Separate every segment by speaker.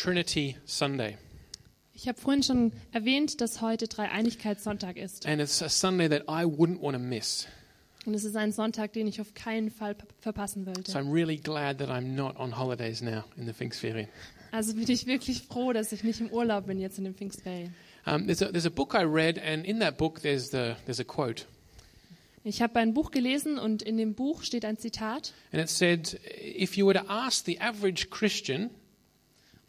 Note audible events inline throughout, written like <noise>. Speaker 1: Trinity Sunday.
Speaker 2: Ich habe vorhin schon erwähnt, dass heute Dreieinigkeitssonntag ist.
Speaker 1: And it's a Sunday that I wouldn't want to miss.
Speaker 2: Und es ist ein Sonntag, den ich auf keinen Fall p- verpassen
Speaker 1: So
Speaker 2: wollte.
Speaker 1: I'm really glad that I'm not on holidays now in the Pfingstferien.
Speaker 2: Also bin ich wirklich froh, dass ich nicht im Urlaub bin jetzt in den Pfingstferien.
Speaker 1: Um, there's, a, there's a book I read, and in that book there's, the, there's a quote.
Speaker 2: Ich habe ein Buch gelesen und in dem Buch steht ein Zitat
Speaker 1: And it said, if you were to ask the average Christian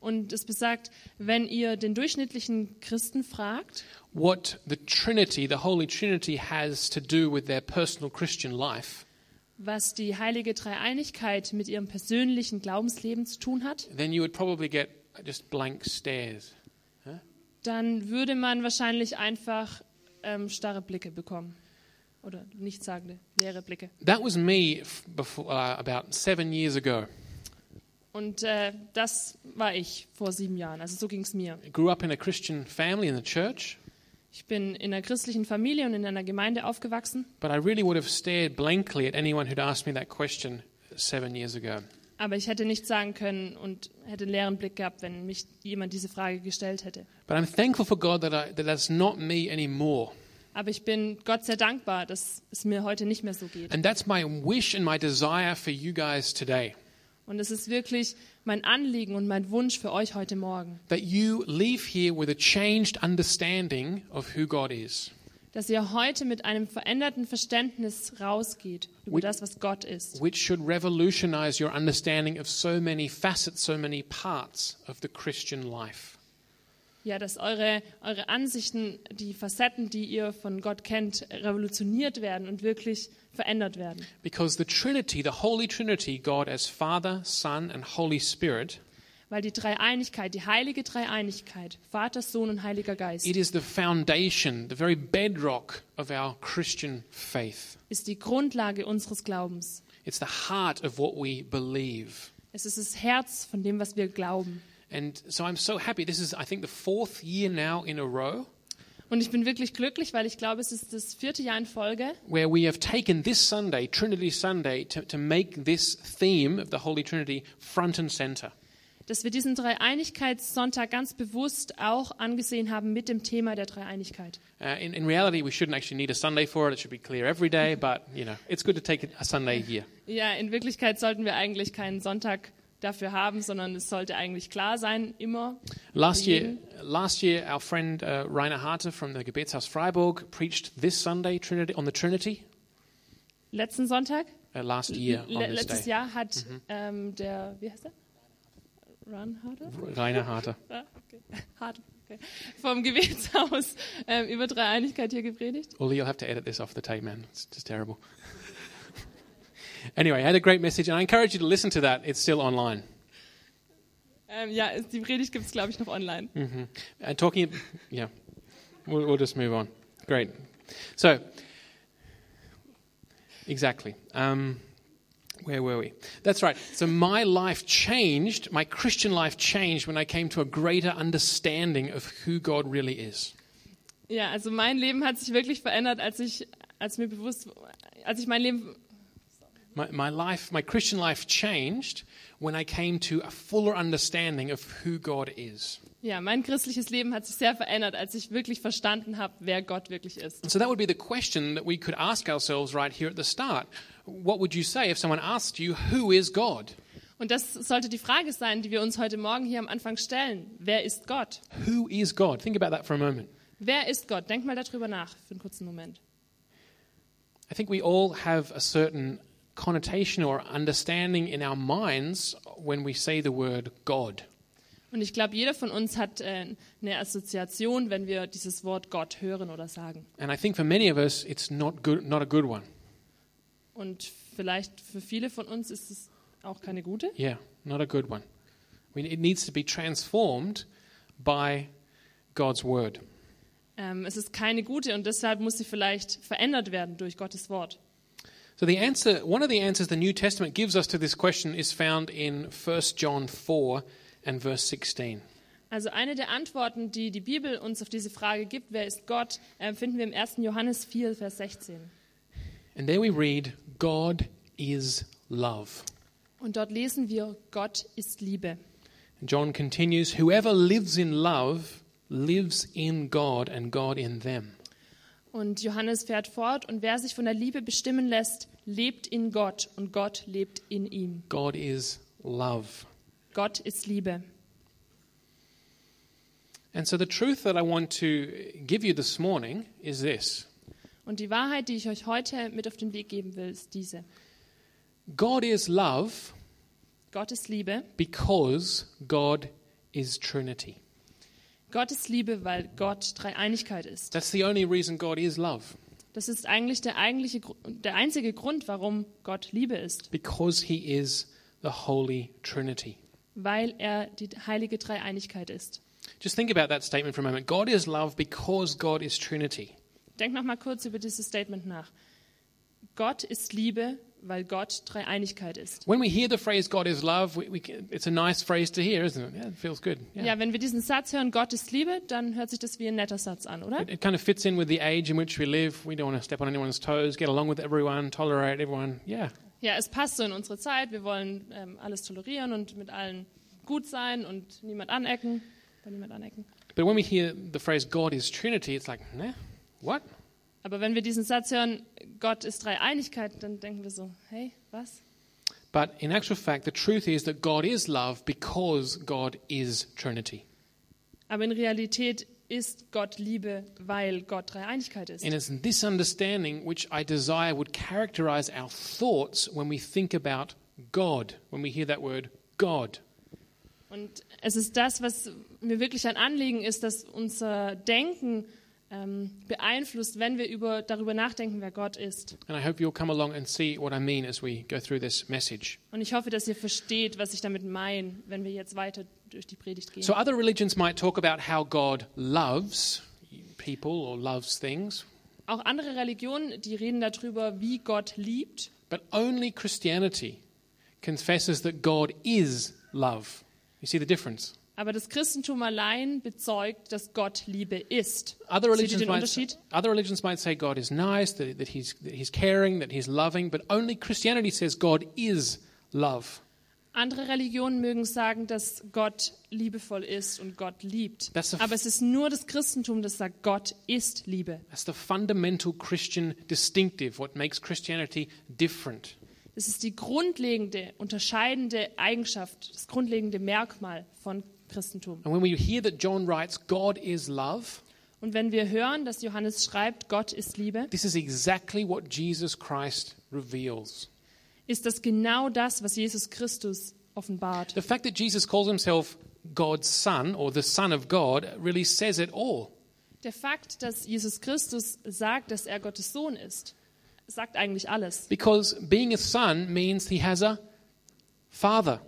Speaker 2: und es besagt, wenn ihr den durchschnittlichen Christen fragt,
Speaker 1: what the Trinity, the Holy Trinity, has to do with their personal Christian life,
Speaker 2: was die heilige Dreieinigkeit mit ihrem persönlichen Glaubensleben zu tun hat,
Speaker 1: then you would probably get just blank stares.
Speaker 2: dann würde man wahrscheinlich einfach ähm, starre Blicke bekommen. Oder nichtssagende, leere Blicke.
Speaker 1: That was me f- before, uh, about seven years ago.
Speaker 2: Und äh, das war ich vor sieben Jahren. Also so ging es mir.
Speaker 1: I grew up in a Christian family in the church,
Speaker 2: Ich bin in einer christlichen Familie und in einer Gemeinde aufgewachsen,
Speaker 1: but I really would have stared blankly at anyone who'd asked me that question seven years ago.
Speaker 2: aber ich hätte nichts sagen können und hätte einen leeren Blick gehabt, wenn mich jemand diese Frage gestellt hätte.
Speaker 1: But I'm thankful for God that, I, that that's not me anymore.
Speaker 2: Aber ich bin Gott sehr dankbar, dass es mir heute nicht mehr so geht.
Speaker 1: And that's my wish and my desire for you guys today.
Speaker 2: Und es ist wirklich mein Anliegen und mein Wunsch für euch heute Morgen,
Speaker 1: That you leave here with a changed understanding of who God is.
Speaker 2: dass ihr heute mit einem veränderten Verständnis rausgeht über
Speaker 1: We-
Speaker 2: das, was Gott ist.
Speaker 1: which should revolutionize your understanding of so many facets, so many parts of the Christian life.
Speaker 2: Ja, dass eure, eure Ansichten, die Facetten, die ihr von Gott kennt, revolutioniert werden und wirklich verändert werden.
Speaker 1: Because the Trinity, the Holy Trinity, God as Father, Son, and Holy Spirit,
Speaker 2: Weil die Dreieinigkeit, die heilige Dreieinigkeit, Vater, Sohn und Heiliger Geist,
Speaker 1: it is the foundation, the very bedrock of our Christian faith.
Speaker 2: ist die Grundlage unseres Glaubens.
Speaker 1: It's the heart of what we believe.
Speaker 2: Es ist das Herz von dem, was wir glauben.
Speaker 1: And so I'm so happy. This is, I think, the fourth year now in a row
Speaker 2: Und ich bin wirklich glücklich, weil ich glaube, es ist das vierte Jahr in Folge,
Speaker 1: where we have taken this Sunday, Trinity Sunday, to, to make this theme of the Holy Trinity front and center.
Speaker 2: dass wir diesen Dreieinigkeitssonntag ganz bewusst auch angesehen haben mit dem Thema der Dreieinigkeit.
Speaker 1: Uh, in, in reality, we shouldn't actually need a Sunday for it. It should be clear every day, but you know, it's good to take a Sunday here.
Speaker 2: Ja, in Wirklichkeit sollten wir eigentlich keinen Sonntag dafür haben, sondern es sollte eigentlich klar sein, immer.
Speaker 1: Last year, last year, our friend uh, Rainer Harte from the Gebetshaus Freiburg preached this Sunday Trinity, on the Trinity
Speaker 2: Letzten Sonntag,
Speaker 1: uh, last year
Speaker 2: le-
Speaker 1: on this
Speaker 2: letztes
Speaker 1: day.
Speaker 2: Jahr hat ähm, der, wie heißt er? Ron Harder?
Speaker 1: Rainer Harte.
Speaker 2: Ah, okay. Harder. Okay. Vom Gebetshaus ähm, über Dreieinigkeit hier gepredigt.
Speaker 1: Uli, you'll have to edit this off the tape, man. It's just terrible. <laughs> anyway, I had a great message, and I encourage you to listen to that. It's still online.
Speaker 2: Ähm, ja, ist- die Predigt gibt es, glaube ich, noch online.
Speaker 1: And Uh, talking, yeah, we'll, we'll just move on. Great. So, exactly. Um, where were we? That's right. So, my life changed, my Christian life changed when I came to a greater understanding of who God really is.
Speaker 2: Ja, also mein Leben hat sich wirklich verändert, als ich, als mir bewusst, als ich mein Leben,
Speaker 1: My, my life, my Christian life changed when I came to a fuller understanding of who God is.
Speaker 2: ja, mein christliches Leben hat sich sehr verändert, als ich wirklich verstanden habe, wer Gott wirklich ist.
Speaker 1: And so, that would be the question that we could ask ourselves right here at the start. What would you say if someone asked you, Who is God?
Speaker 2: Und das sollte die Frage sein, die wir uns heute Morgen hier am Anfang stellen. Wer ist Gott?
Speaker 1: Who is God? Think about that for a moment.
Speaker 2: Wer ist Gott? Denk mal darüber nach für einen kurzen Moment.
Speaker 1: I think we all have a certain connotation or understanding in our minds when we say the word God.
Speaker 2: Und ich glaube, jeder von uns hat äh, eine Assoziation, wenn wir dieses Wort Gott hören oder sagen.
Speaker 1: And I think for many of us, it's not, good, not a good one.
Speaker 2: Und vielleicht für viele von uns ist es auch keine gute.
Speaker 1: Yeah, not a good one. I mean, it needs to be transformed by God's word.
Speaker 2: Ähm, es ist keine gute und deshalb muss sie vielleicht verändert werden durch Gottes Wort.
Speaker 1: So the answer, one of the answers the New Testament gives us to this question is found in 1 John 4 and verse 16.
Speaker 2: Also eine der Antworten, die die Bibel uns auf diese Frage gibt, wer ist Gott, äh, finden wir im 1. Johannes 4, Vers 16.
Speaker 1: And there we read, God is love.
Speaker 2: Und dort lesen wir, Gott ist Liebe.
Speaker 1: John continues Whoever lives in love lives in God and God in them.
Speaker 2: Und Johannes fährt fort, und wer sich von der Liebe bestimmen lässt, lebt in Gott und Gott lebt in ihm.
Speaker 1: God is love.
Speaker 2: Gott ist Liebe.
Speaker 1: And so the truth that I want to give you this morning is this
Speaker 2: Und die Wahrheit, die ich euch heute mit auf den Weg geben will, ist diese.
Speaker 1: God is love
Speaker 2: Gott ist Liebe.
Speaker 1: because God is Trinity.
Speaker 2: Gott ist Liebe, weil Gott Dreieinigkeit ist.
Speaker 1: That's the only reason God is love,
Speaker 2: Das ist eigentlich der, eigentliche, Gru- der einzige Grund, warum Gott Liebe ist,
Speaker 1: because He is the Holy Trinity.
Speaker 2: weil er die heilige Dreieinigkeit ist.
Speaker 1: Just think about that statement for a moment. God is love because God is Trinity.
Speaker 2: Denk noch mal kurz über dieses Statement nach. Gott ist Liebe, weil Gott Dreieinigkeit ist.
Speaker 1: When we hear the phrase God is love, we, we, can- it's a nice phrase to hear, isn't it? Yeah, it feels good.
Speaker 2: Ja.
Speaker 1: Yeah.
Speaker 2: wenn wir diesen Satz hören, Gott ist Liebe, dann hört sich das wie ein netter Satz an, oder?
Speaker 1: It, it kind of fits in with the age in which we live. We don't want to step on anyone's toes, get along with everyone, tolerate everyone. Yeah.
Speaker 2: Ja, es passt so in unsere Zeit. Wir wollen ähm, alles tolerieren und mit allen gut sein und niemand anecken. Bei niemand anecken.
Speaker 1: But when we hear the phrase God is Trinity, it's like, nah, what?
Speaker 2: Aber wenn wir diesen Satz hören, Gott ist Dreieinigkeit, dann denken wir so, hey, was?
Speaker 1: But in actual fact, the truth is that God is love because God is Trinity.
Speaker 2: Aber in Realität ist Gott Liebe, weil Gott Dreieinigkeit ist.
Speaker 1: And it's this understanding which I desire would characterize our thoughts when we think about God, when we hear that word God.
Speaker 2: Und es ist das, was mir wirklich ein Anliegen ist, dass unser Denken ähm, beeinflusst, wenn wir über, darüber nachdenken, wer Gott ist.
Speaker 1: And I hope you'll come along and see what I mean as we go through this message.
Speaker 2: Und ich hoffe, dass ihr versteht, was ich damit meine, wenn wir jetzt weiter durch die Predigt gehen.
Speaker 1: So, other religions might talk about how God loves people or loves things,
Speaker 2: Auch andere Religionen, die reden darüber, wie Gott liebt.
Speaker 1: but only Christianity confesses that God is love. You see the difference?
Speaker 2: Aber das Christentum allein bezeugt, dass Gott Liebe ist.
Speaker 1: Other
Speaker 2: Seht ihr
Speaker 1: religions,
Speaker 2: den
Speaker 1: might,
Speaker 2: Unterschied?
Speaker 1: other religions might say God is nice, that, that, he's, that he's caring, that he's loving, but only Christianity says God is love.
Speaker 2: Andere Religionen mögen sagen, dass Gott liebevoll ist und Gott liebt.
Speaker 1: Das ist-
Speaker 2: Aber es ist nur das Christentum, das sagt, Gott ist Liebe.
Speaker 1: That's the fundamental Christian distinctive, what makes Christianity different.
Speaker 2: Das ist die grundlegende, unterscheidende Eigenschaft, das grundlegende Merkmal von Christentum.
Speaker 1: And when we hear that John writes, God is love,
Speaker 2: Und wenn wir hören, dass Johannes schreibt, Gott ist Liebe,
Speaker 1: this is exactly what Jesus Christ reveals.
Speaker 2: ist das genau das, was Jesus Christus offenbart.
Speaker 1: The fact that Jesus calls himself God's Son or the Son of God really says it all.
Speaker 2: Der Fakt, dass Jesus Christus sagt, dass er Gottes Sohn ist, sagt eigentlich alles.
Speaker 1: Because being a son means he has a father.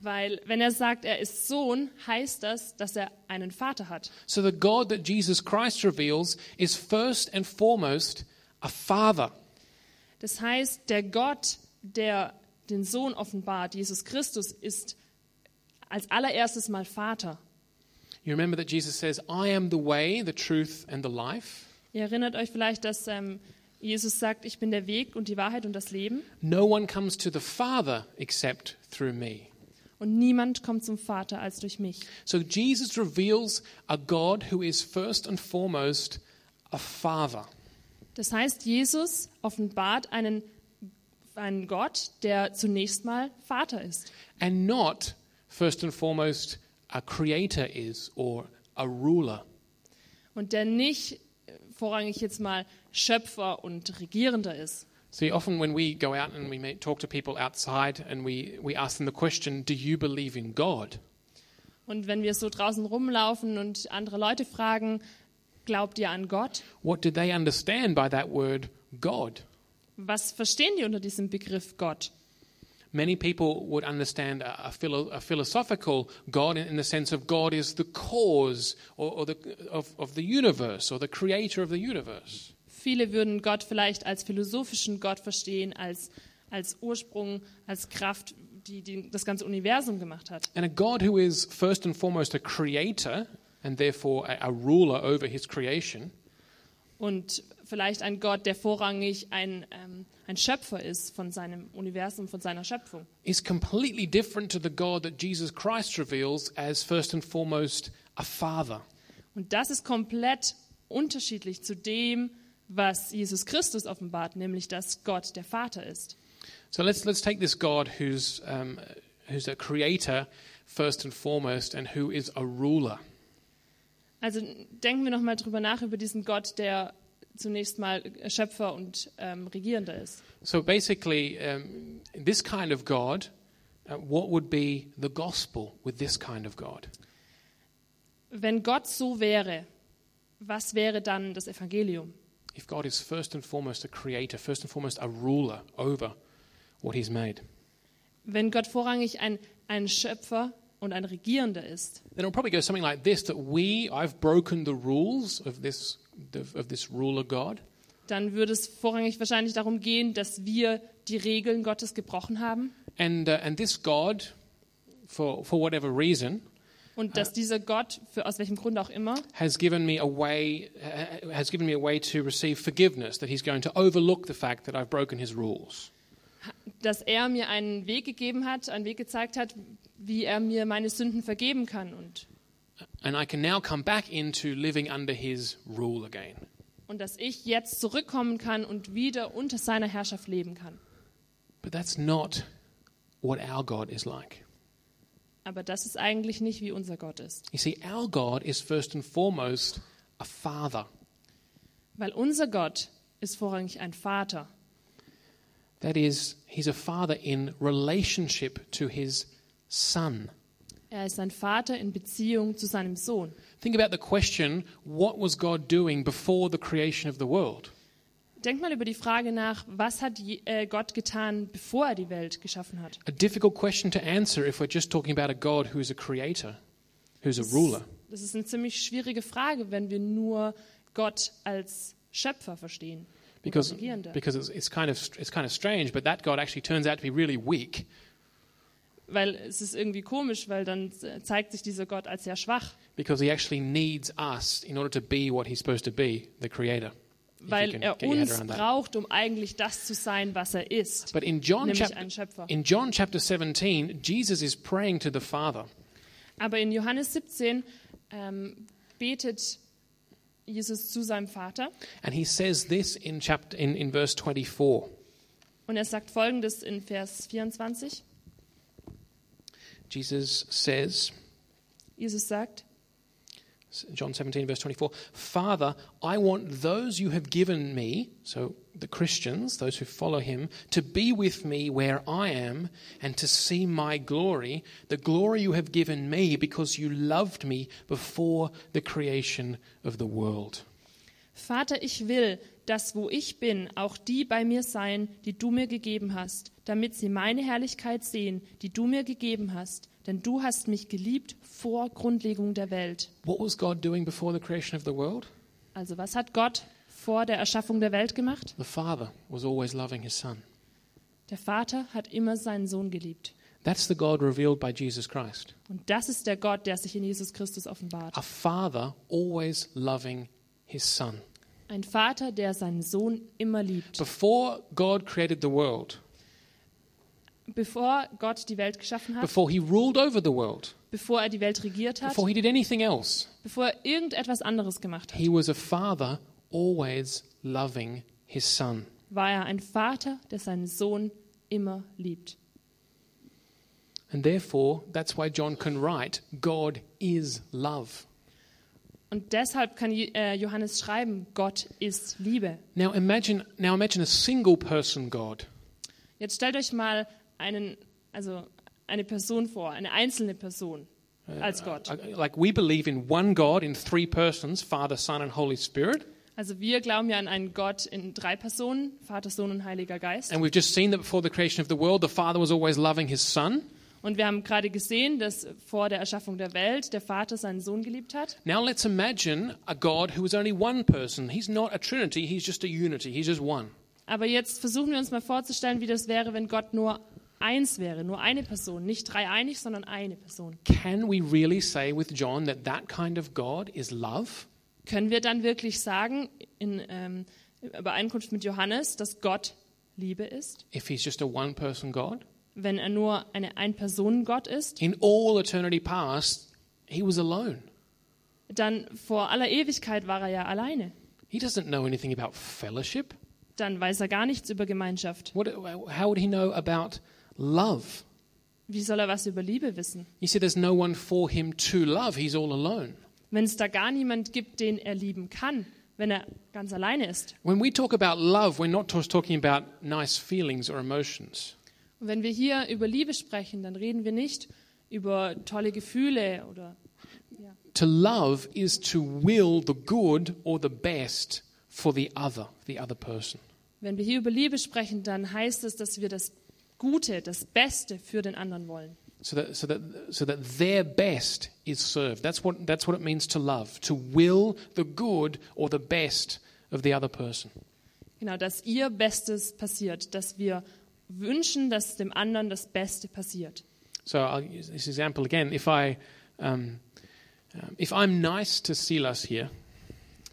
Speaker 2: Weil wenn er sagt, er ist Sohn, heißt das, dass er einen Vater hat.
Speaker 1: So the God that Jesus Christ reveals is first and foremost a father.
Speaker 2: Das heißt, der Gott, der den Sohn offenbart, Jesus Christus, ist als allererstes mal Vater.
Speaker 1: You remember that Jesus says, I am the way, the truth, and the life.
Speaker 2: Ihr erinnert euch vielleicht, dass ähm, Jesus sagt, ich bin der Weg und die Wahrheit und das Leben.
Speaker 1: No one comes to the Father except through me.
Speaker 2: Und niemand kommt zum Vater als durch mich.
Speaker 1: So Jesus reveals a God who is first and foremost a father.
Speaker 2: Das heißt, Jesus offenbart einen, einen Gott, der zunächst mal Vater ist.
Speaker 1: and not first and foremost a creator is or a ruler.
Speaker 2: Und der nicht äh, vorrangig jetzt mal Schöpfer und Regierender ist.
Speaker 1: See, often when we go out and we may talk to people outside and we, we ask them the question, Do you believe in God?
Speaker 2: Und wenn wir so draußen rumlaufen und andere Leute fragen, glaubt ihr an Gott?
Speaker 1: What do they understand by that word, God?
Speaker 2: Was verstehen die unter diesem Begriff Gott?
Speaker 1: Many people would understand a, a, philo, a philosophical God in, in the sense of God is the cause or, or the, of, of the universe or the creator of the universe.
Speaker 2: Viele würden Gott vielleicht als philosophischen Gott verstehen, als, als Ursprung, als Kraft, die, die das ganze Universum gemacht hat.
Speaker 1: And a God who is first and foremost a creator and therefore a, a ruler over his creation
Speaker 2: Und vielleicht ein Gott, der vorrangig ein, ähm, ein Schöpfer ist von seinem Universum, von seiner Schöpfung.
Speaker 1: is completely different to the God that Jesus Christ reveals as first and foremost a father.
Speaker 2: Und das ist komplett unterschiedlich zu dem, was Jesus Christus offenbart, nämlich dass Gott der Vater ist.
Speaker 1: So let's, let's take this God who's, um, who's a creator first and foremost and who is a ruler.
Speaker 2: Also denken wir nochmal drüber nach, über diesen Gott, der zunächst mal Schöpfer und ähm, Regierender ist.
Speaker 1: So basically, um, this kind of God, uh, what would be the gospel with this kind of God?
Speaker 2: Wenn Gott so wäre, was wäre dann das Evangelium?
Speaker 1: If God is first and foremost a creator, first and foremost a ruler over what he's made,
Speaker 2: Wenn Gott vorrangig ein, ein Schöpfer und ein Regierender ist,
Speaker 1: then it'll probably go something like this that we, I've broken the rules of this, of this ruler God.
Speaker 2: dann würde es vorrangig wahrscheinlich darum gehen, dass wir die Regeln Gottes gebrochen haben
Speaker 1: And, uh, and this God, for, for whatever reason,
Speaker 2: und dass dieser Gott, für, aus welchem Grund auch immer,
Speaker 1: has given me a way, uh, has given me a way to receive forgiveness, that he's going to overlook the fact that I've broken his rules.
Speaker 2: dass er mir einen Weg gegeben hat, einen Weg gezeigt hat, wie er mir meine Sünden vergeben kann. Und,
Speaker 1: And I can now come back into living under his rule again.
Speaker 2: und dass ich jetzt zurückkommen kann und wieder unter seiner Herrschaft leben kann.
Speaker 1: But that's not what our God is like.
Speaker 2: Aber das ist eigentlich nicht, wie unser Gott ist.
Speaker 1: You see, our God is first and foremost a father.
Speaker 2: Weil unser Gott ist vorrangig ein Vater.
Speaker 1: That is, he's a father in relationship to his son.
Speaker 2: Er ist ein Vater in Beziehung zu seinem Sohn.
Speaker 1: Think about the question what was God doing before the creation of the world?
Speaker 2: Denk mal über die Frage nach, was hat Je- äh, Gott getan, bevor er die Welt geschaffen hat?
Speaker 1: A difficult question to answer if we're just talking about a God who is a creator, who's a ruler.
Speaker 2: Das ist eine ziemlich schwierige Frage, wenn wir nur Gott als Schöpfer verstehen.
Speaker 1: Because,
Speaker 2: und Regierender.
Speaker 1: because it's, it's, kind of, it's kind of strange, but that God actually turns out to be really weak
Speaker 2: Weil es ist irgendwie komisch, weil dann z- zeigt sich dieser Gott als sehr schwach.
Speaker 1: because he actually needs us in order to be what he's supposed to be, the creator. If you
Speaker 2: Weil
Speaker 1: can
Speaker 2: er
Speaker 1: get your head
Speaker 2: uns
Speaker 1: around that.
Speaker 2: braucht, um eigentlich das zu sein, was er ist.
Speaker 1: But in John,
Speaker 2: nämlich
Speaker 1: chapter,
Speaker 2: ein Schöpfer.
Speaker 1: in John chapter 17, Jesus is praying to the Father.
Speaker 2: Aber in Johannes 17 ähm, betet Jesus zu seinem Vater
Speaker 1: And he says this in, chapter, in, in verse 24.
Speaker 2: und er sagt folgendes in Vers 24.
Speaker 1: Jesus says,
Speaker 2: Jesus sagt,
Speaker 1: John 17, verse 24 Father, I want those you have given me, so the Christians, those who follow him, to be with me where I am and to see my glory, the glory you have given me because you loved me before the creation of the world.
Speaker 2: Vater, ich will, dass wo ich bin, auch die bei mir seien, die du mir gegeben hast, damit sie meine Herrlichkeit sehen, die du mir gegeben hast. Denn du hast mich geliebt vor Grundlegung der Welt.
Speaker 1: What was God doing before the creation of the world?
Speaker 2: Also was hat Gott vor der Erschaffung der Welt gemacht?
Speaker 1: The Father was always loving his Son.
Speaker 2: Der Vater hat immer seinen Sohn geliebt.
Speaker 1: That's the God revealed by Jesus Christ.
Speaker 2: Und das ist der Gott, der sich in Jesus Christus offenbart.
Speaker 1: A Father always loving his Son.
Speaker 2: Ein Vater, der seinen Sohn immer liebt.
Speaker 1: Before God created the world,
Speaker 2: Bevor Gott die Welt geschaffen hat,
Speaker 1: before he ruled over the world,
Speaker 2: bevor er die Welt regiert hat,
Speaker 1: before he did anything else,
Speaker 2: bevor er irgendetwas anderes gemacht hat.
Speaker 1: he was a father always loving his son.
Speaker 2: war er ein Vater, der seinen Sohn immer liebt.
Speaker 1: And therefore, that's why John can write, God is love.
Speaker 2: Und deshalb kann Je- äh, Johannes schreiben, Gott ist Liebe.
Speaker 1: Now imagine, now imagine a single person God.
Speaker 2: Jetzt stellt euch mal einen, also eine Person vor, eine einzelne Person als Gott.
Speaker 1: Uh, Like we believe in one God in three persons, Father, Son, and Holy Spirit.
Speaker 2: Also wir glauben ja an einen Gott in drei Personen, Vater, Sohn und Heiliger Geist.
Speaker 1: And we've just seen that before the creation of the world, the Father was always loving his Son.
Speaker 2: Und wir haben gerade gesehen, dass vor der Erschaffung der Welt der Vater seinen Sohn geliebt hat.
Speaker 1: Now let's imagine a God who is only one person. He's not a trinity, he's just a unity, he's just one.
Speaker 2: Aber jetzt versuchen wir uns mal vorzustellen, wie das wäre, wenn Gott nur eins wäre, nur eine Person, nicht dreieinig, sondern eine Person.
Speaker 1: Can we really say with John that that kind of God is love?
Speaker 2: Können wir dann wirklich sagen, in ähm, Übereinkunft mit Johannes, dass Gott Liebe ist,
Speaker 1: if he's just a one person God.
Speaker 2: wenn er nur eine Ein-Personen-Gott ist,
Speaker 1: In all eternity past, he was alone.
Speaker 2: dann vor aller Ewigkeit war er ja alleine.
Speaker 1: He doesn't know anything about fellowship.
Speaker 2: Dann weiß er gar nichts über Gemeinschaft.
Speaker 1: What, how would he know about love?
Speaker 2: Wie soll er was über Liebe wissen,
Speaker 1: You see, there's no one for him to love. He's all alone.
Speaker 2: wenn es da gar niemand gibt, den er lieben kann, wenn er ganz alleine ist?
Speaker 1: When we talk about love, we're not just talking about nice feelings or emotions.
Speaker 2: Und wenn wir hier über Liebe sprechen, dann reden wir nicht über tolle Gefühle oder
Speaker 1: To love is to will the good or the best for the other, the other person.
Speaker 2: wenn wir hier über Liebe sprechen, dann heißt es, dass wir das Gute, das Beste für den anderen wollen.
Speaker 1: So that, so, that, so that their best is served. That's what, that's what it means to love, to will the good or the best of the other person.
Speaker 2: Genau, dass ihr Bestes passiert, dass wir wünschen, dass dem anderen das Beste passiert.
Speaker 1: So I'll use this example again. If, I, um, um, if I'm nice to Silas here,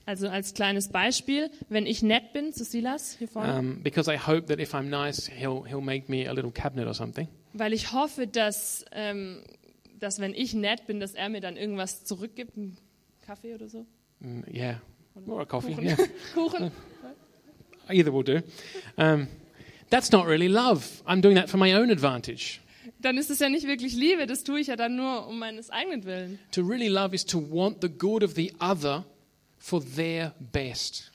Speaker 2: Also als kleines Beispiel, wenn ich nett bin zu Silas hier vorne,
Speaker 1: um, because I hope that if I'm nice, he'll, he'll make me a little cabinet or something.
Speaker 2: weil ich hoffe, dass, ähm, dass wenn ich nett bin, dass er mir dann irgendwas zurückgibt, einen Kaffee oder so, <laughs>
Speaker 1: Mm, yeah, or a coffee.
Speaker 2: Kuchen.
Speaker 1: <laughs> Yeah,
Speaker 2: Kuchen.
Speaker 1: either will do. Um, that's not really love. I'm doing that for my own advantage.
Speaker 2: Dann ist es ja nicht wirklich Liebe, das tue ich ja dann nur um meines eigenen Willen.
Speaker 1: To really love is to want the good of the other for their best.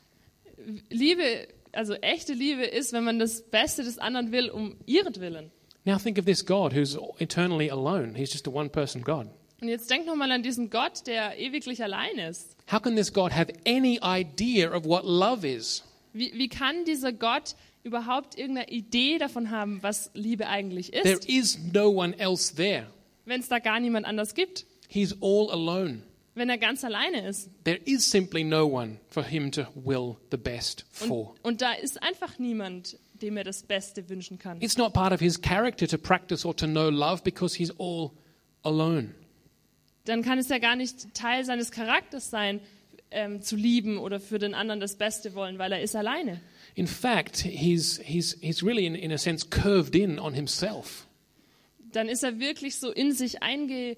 Speaker 2: Liebe, also echte Liebe ist, wenn man das Beste des anderen will, um ihretwillen.
Speaker 1: Now think of this God who's eternally alone. He's just a one person God.
Speaker 2: Und jetzt denk nochmal an diesen Gott, der ewiglich allein ist.
Speaker 1: How can this God have any idea of what love is?
Speaker 2: Wie, wie kann dieser Gott überhaupt irgendeine Idee davon haben, was Liebe eigentlich
Speaker 1: There
Speaker 2: ist,
Speaker 1: is no one else there.
Speaker 2: wenn es da gar niemand anders gibt,
Speaker 1: He's all alone.
Speaker 2: wenn er ganz alleine ist?
Speaker 1: There is simply no one for him to will the best for.
Speaker 2: Und, und da ist einfach niemand, dem er das Beste wünschen kann.
Speaker 1: It's not part of his character to practice or to know love because he's all alone.
Speaker 2: Dann kann es ja gar nicht Teil seines Charakters sein, ähm, zu lieben oder für den anderen das Beste wollen, weil er ist alleine.
Speaker 1: In fact, he's, he's, he's really, in, in a sense, curved in on himself.
Speaker 2: Dann ist er wirklich so in sich einge, äh,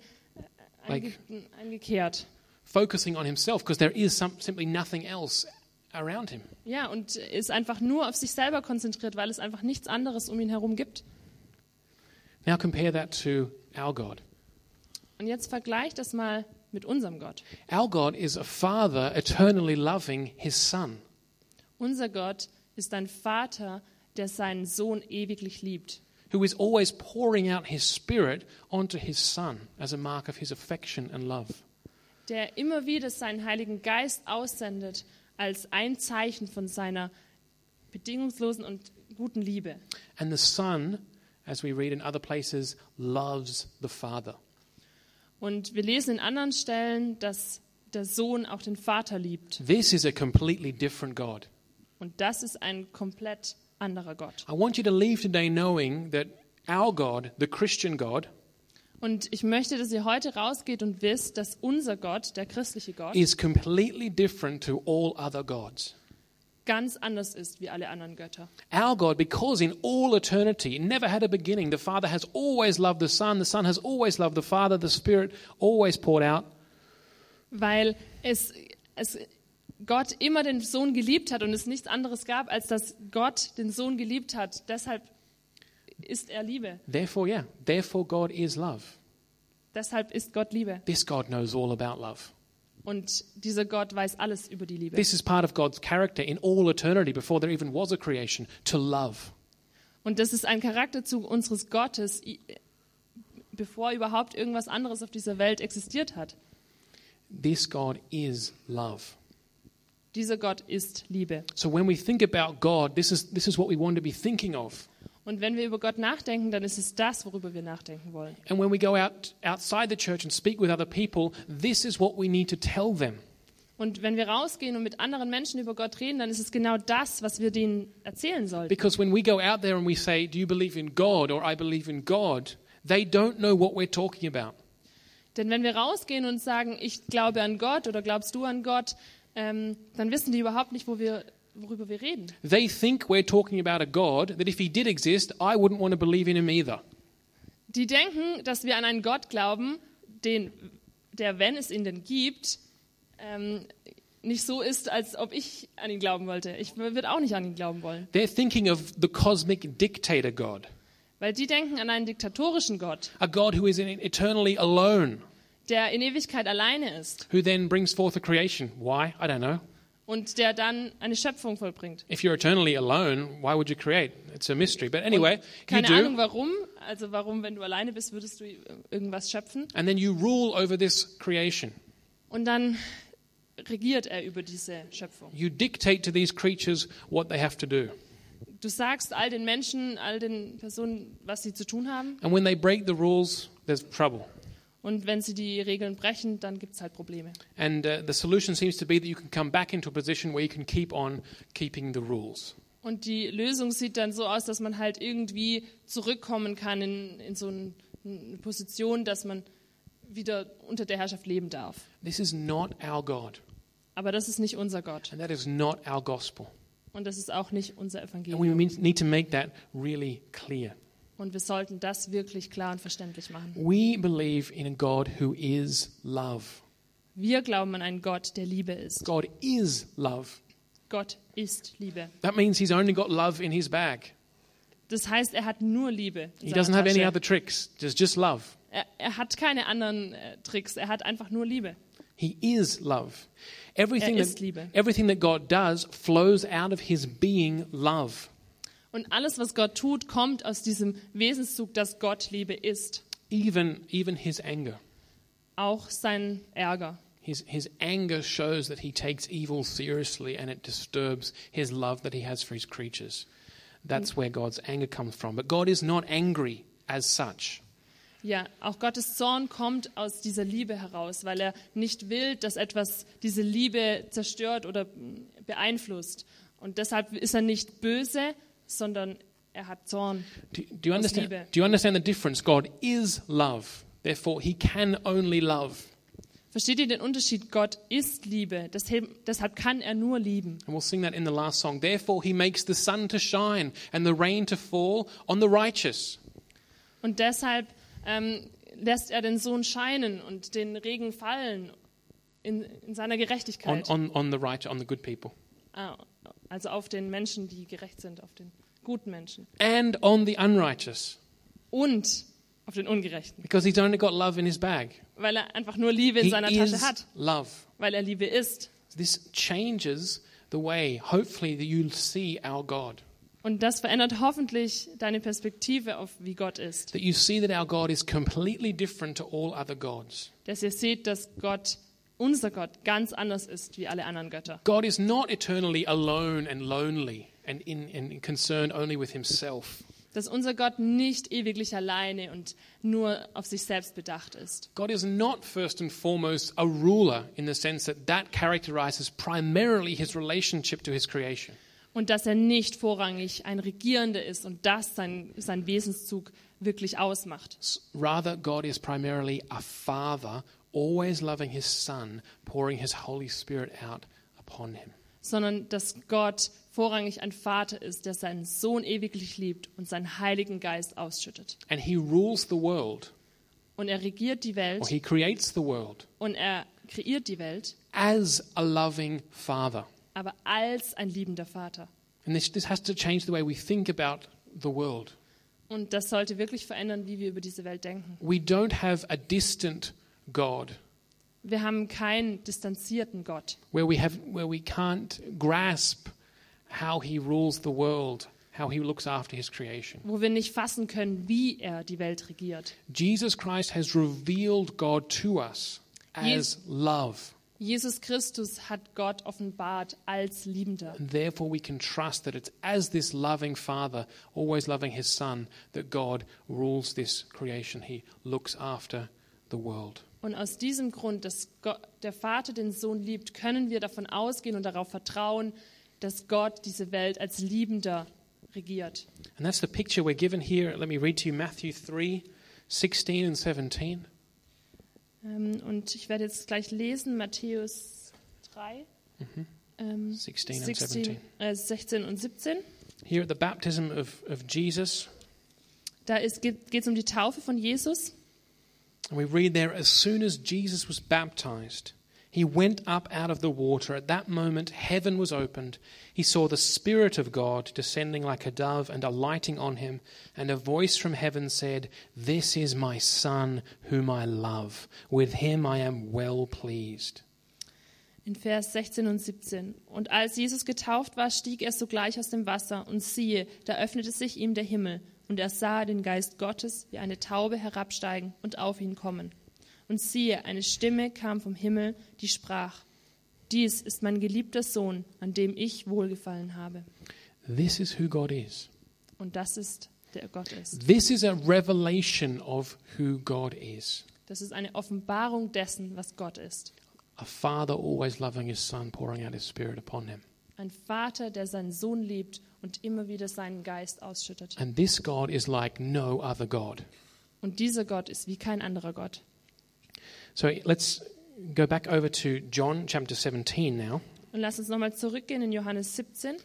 Speaker 2: einge, eingekehrt.
Speaker 1: focusing on himself because there is some, simply nothing else around him.
Speaker 2: Ja, und ist einfach nur auf sich selber konzentriert, weil es einfach nichts anderes um ihn herum gibt.
Speaker 1: Now compare that to our God.
Speaker 2: Und jetzt vergleich das mal mit unserem Gott.
Speaker 1: Our God is a father eternally loving his son.
Speaker 2: Unser Gott ist ein Vater, der seinen Sohn ewiglich liebt,
Speaker 1: Who is always pouring out his spirit onto his son as a mark of his affection and love.
Speaker 2: der immer wieder seinen Heiligen Geist aussendet als ein Zeichen von seiner bedingungslosen und guten Liebe.
Speaker 1: And the son, as we read in other places, loves the father.
Speaker 2: Und wir lesen in anderen Stellen, dass der Sohn auch den Vater liebt.
Speaker 1: This is a completely different God.
Speaker 2: Und das ist ein komplett anderer Gott.
Speaker 1: I want you to leave today knowing that our God, the Christian God,
Speaker 2: Und ich möchte, dass ihr heute rausgeht und wisst, dass unser Gott, der christliche Gott,
Speaker 1: is completely different to all other gods.
Speaker 2: ganz anders ist wie alle anderen Götter.
Speaker 1: Our God, because in all eternity it never had a beginning, the Father has always loved the Son, the Son has always loved the Father, the Spirit always poured out.
Speaker 2: Weil es, es Gott immer den Sohn geliebt hat und es nichts anderes gab, als dass Gott den Sohn geliebt hat. Deshalb ist er Liebe.
Speaker 1: Therefore, yeah, therefore God is love.
Speaker 2: Deshalb ist Gott Liebe.
Speaker 1: This God knows all about love.
Speaker 2: Und dieser Gott weiß alles über die Liebe.
Speaker 1: This is part of God's character in all eternity before there even was a creation to love.
Speaker 2: Und das ist ein Charakterzug unseres Gottes, i- bevor überhaupt irgendwas anderes auf dieser Welt existiert hat.
Speaker 1: This God is love.
Speaker 2: Dieser Gott ist Liebe.
Speaker 1: So when we think about God, this is, this is what we want to be thinking of.
Speaker 2: Und wenn wir über Gott nachdenken, dann ist es das, worüber wir nachdenken wollen.
Speaker 1: And when we go out outside the church and speak with other people, this is what we need to tell them.
Speaker 2: Und wenn wir rausgehen und mit anderen Menschen über Gott reden, dann ist es genau das, was wir denen erzählen sollten.
Speaker 1: Because when we go out there and we say, Do you believe in God? or I believe in God, they don't know what we're talking about.
Speaker 2: Denn wenn wir rausgehen und sagen, ich glaube an Gott oder glaubst du an Gott, ähm, dann wissen die überhaupt nicht, wo wir, worüber wir reden.
Speaker 1: They think we're talking about a God that if he did exist, I wouldn't want to believe in him either.
Speaker 2: Die denken, dass wir an einen Gott glauben, den, der, wenn es ihn denn gibt, ähm, nicht so ist, als ob ich an ihn glauben wollte. Ich würde auch nicht an ihn glauben wollen.
Speaker 1: They're thinking of the cosmic dictator God,
Speaker 2: Weil die denken an einen diktatorischen Gott,
Speaker 1: a God who is in- eternally alone,
Speaker 2: der in Ewigkeit alleine ist
Speaker 1: who then brings forth a creation. Why? I don't know.
Speaker 2: und der dann eine Schöpfung vollbringt.
Speaker 1: If you're eternally alone, why would you create? It's a mystery. But anyway, you
Speaker 2: Keine Ahnung
Speaker 1: do.
Speaker 2: warum, also warum, wenn du alleine bist, würdest du äh, irgendwas schöpfen.
Speaker 1: And then you rule over this creation.
Speaker 2: Und dann regiert er über diese Schöpfung.
Speaker 1: You dictate to these creatures what they have to do.
Speaker 2: Du sagst all den Menschen, all den Personen, was sie zu tun haben.
Speaker 1: And when they break the rules, there's trouble.
Speaker 2: Und wenn sie die Regeln brechen, dann gibt es halt Probleme.
Speaker 1: And uh, the solution seems to be that you can come back into a position where you can keep on keeping the rules.
Speaker 2: Und die Lösung sieht dann so aus, dass man halt irgendwie zurückkommen kann in, in so ein- eine Position, dass man wieder unter der Herrschaft leben darf.
Speaker 1: This is not our God,
Speaker 2: Aber das ist nicht unser Gott.
Speaker 1: and that is not our gospel.
Speaker 2: Und das ist auch nicht unser
Speaker 1: And we
Speaker 2: Evangelium.
Speaker 1: mean- need to make that really clear.
Speaker 2: Und wir sollten das wirklich klar und verständlich machen.
Speaker 1: We believe in a God who is love.
Speaker 2: Wir glauben an einen Gott, der Liebe ist.
Speaker 1: God is love.
Speaker 2: Gott ist Liebe.
Speaker 1: That means he's only got love in his bag.
Speaker 2: Das heißt, er hat nur Liebe. in
Speaker 1: He
Speaker 2: seiner
Speaker 1: doesn't have any
Speaker 2: Tasche.
Speaker 1: other tricks, there's just love.
Speaker 2: Er, er hat keine anderen äh, Tricks. Er hat einfach nur Liebe.
Speaker 1: He is love. Everything,
Speaker 2: Er ist
Speaker 1: that,
Speaker 2: Liebe.
Speaker 1: everything that God does flows out of his being love.
Speaker 2: Und alles, was Gott tut, kommt aus diesem Wesenszug, dass Gott Liebe ist.
Speaker 1: Even, even his anger.
Speaker 2: Auch sein Ärger.
Speaker 1: His, his anger shows that he takes evil seriously and it disturbs his love that he has for his creatures.
Speaker 2: Mm.
Speaker 1: That's where God's anger comes from. But God is not angry as such.
Speaker 2: Ja, auch Gottes Zorn kommt aus dieser Liebe heraus, weil er nicht will, dass etwas diese Liebe zerstört oder mm, beeinflusst. Und deshalb ist er nicht böse, sondern er hat Zorn.
Speaker 1: Do, do, you, understand,
Speaker 2: Liebe.
Speaker 1: do you understand the difference? God is love. Therefore, he can only love.
Speaker 2: Versteht ihr den Unterschied? Gott ist Liebe. Deshalb, deshalb kann er nur lieben.
Speaker 1: And we'll sing that in the last song. Therefore, he makes the sun to shine and the rain to fall on the righteous.
Speaker 2: Und deshalb ähm, lässt er den Sohn scheinen und den Regen fallen in, in seiner
Speaker 1: On,
Speaker 2: Gerechtigkeit.
Speaker 1: on, on the righteous, on the good people.
Speaker 2: Ah, Also auf den Menschen, die gerecht sind, auf den guten Menschen
Speaker 1: And on the unrighteous.
Speaker 2: und auf den Ungerechten,
Speaker 1: Because he's only got love in his bag.
Speaker 2: weil er einfach nur Liebe in
Speaker 1: He
Speaker 2: seiner Tasche
Speaker 1: is
Speaker 2: hat,
Speaker 1: love.
Speaker 2: weil er Liebe ist.
Speaker 1: This changes the way, hopefully, that you see our God.
Speaker 2: Und das verändert hoffentlich deine Perspektive auf, wie Gott ist,
Speaker 1: That you see that our God is completely different to all other gods.
Speaker 2: dass ihr seht, dass Gott, unser Gott, ganz anders ist wie alle anderen Götter.
Speaker 1: God is not eternally alone and lonely and, in, and concerned only with himself.
Speaker 2: Dass unser Gott nicht ewiglich alleine und nur auf sich selbst bedacht ist.
Speaker 1: God is not first and foremost a ruler in the sense that that characterizes primarily his relationship to his creation.
Speaker 2: Und dass er nicht vorrangig ein Regierender ist und das sein, sein Wesenszug wirklich ausmacht,
Speaker 1: S- Rather, God is primarily a father, always loving his son, pouring his Holy Spirit out upon him.
Speaker 2: sondern dass Gott vorrangig ein Vater ist, der seinen Sohn ewiglich liebt und seinen Heiligen Geist ausschüttet.
Speaker 1: And he rules the world,
Speaker 2: Und er regiert die
Speaker 1: or
Speaker 2: Welt
Speaker 1: he creates the world,
Speaker 2: und er kreiert die Welt,
Speaker 1: as a loving father.
Speaker 2: aber als ein liebender Vater.
Speaker 1: And this, this has to change the way we think about the world.
Speaker 2: Und das sollte wirklich verändern, wie wir über diese Welt denken.
Speaker 1: We don't have a distant God
Speaker 2: Wir haben keinen distanzierten Gott,
Speaker 1: where we, have, where we can't grasp how he rules the world, how he looks after his creation.
Speaker 2: wo wir nicht fassen können, wie er die Welt regiert.
Speaker 1: Jesus Christ has revealed God to us as love.
Speaker 2: Jesus Christus hat Gott offenbart als Liebender.
Speaker 1: And therefore, we can trust that it's as this loving Father, always loving His Son, that God rules this creation. He looks after the world.
Speaker 2: Und aus diesem Grund, dass Gott, der Vater den Sohn liebt, können wir davon ausgehen und darauf vertrauen, dass Gott diese Welt als Liebender regiert.
Speaker 1: And that's the picture we're given here. Let me read to you Matthew 3 16 and 17.
Speaker 2: Ähm, Und ich werde jetzt gleich lesen, Matthäus 3, ähm,
Speaker 1: 16 and
Speaker 2: 16,
Speaker 1: 17.
Speaker 2: äh, 16 und 17.
Speaker 1: Here at the baptism of, of Jesus,
Speaker 2: Da geht es um die Taufe von Jesus.
Speaker 1: and we read there, as soon as Jesus was baptized, he went up out of the water. At that moment, heaven was opened. He saw the Spirit of God descending like a dove and alighting on him. And a voice from heaven said, This is my Son, whom I love. With him I am well pleased.
Speaker 2: In Vers 16 und 17. Und als Jesus getauft war, stieg er sogleich aus dem Wasser, und siehe, da öffnete sich ihm der Himmel, und er sah den Geist Gottes wie eine Taube herabsteigen und auf ihn kommen. Und siehe, eine Stimme kam vom Himmel, die sprach, Dies ist mein geliebter Sohn, an dem ich wohlgefallen habe.
Speaker 1: This is who God is.
Speaker 2: Und das ist, der Gott ist.
Speaker 1: This is a revelation of who God is.
Speaker 2: Das ist eine Offenbarung dessen, was Gott ist.
Speaker 1: A father always loving his son, pouring out his spirit upon him.
Speaker 2: Ein Vater, der seinen Sohn liebt und immer wieder seinen Geist ausschüttet.
Speaker 1: And this God is like no other God.
Speaker 2: Und dieser Gott ist wie kein anderer Gott.
Speaker 1: So let's go back over to John chapter 17 now.
Speaker 2: Und lass uns nochmal zurückgehen in Johannes 17.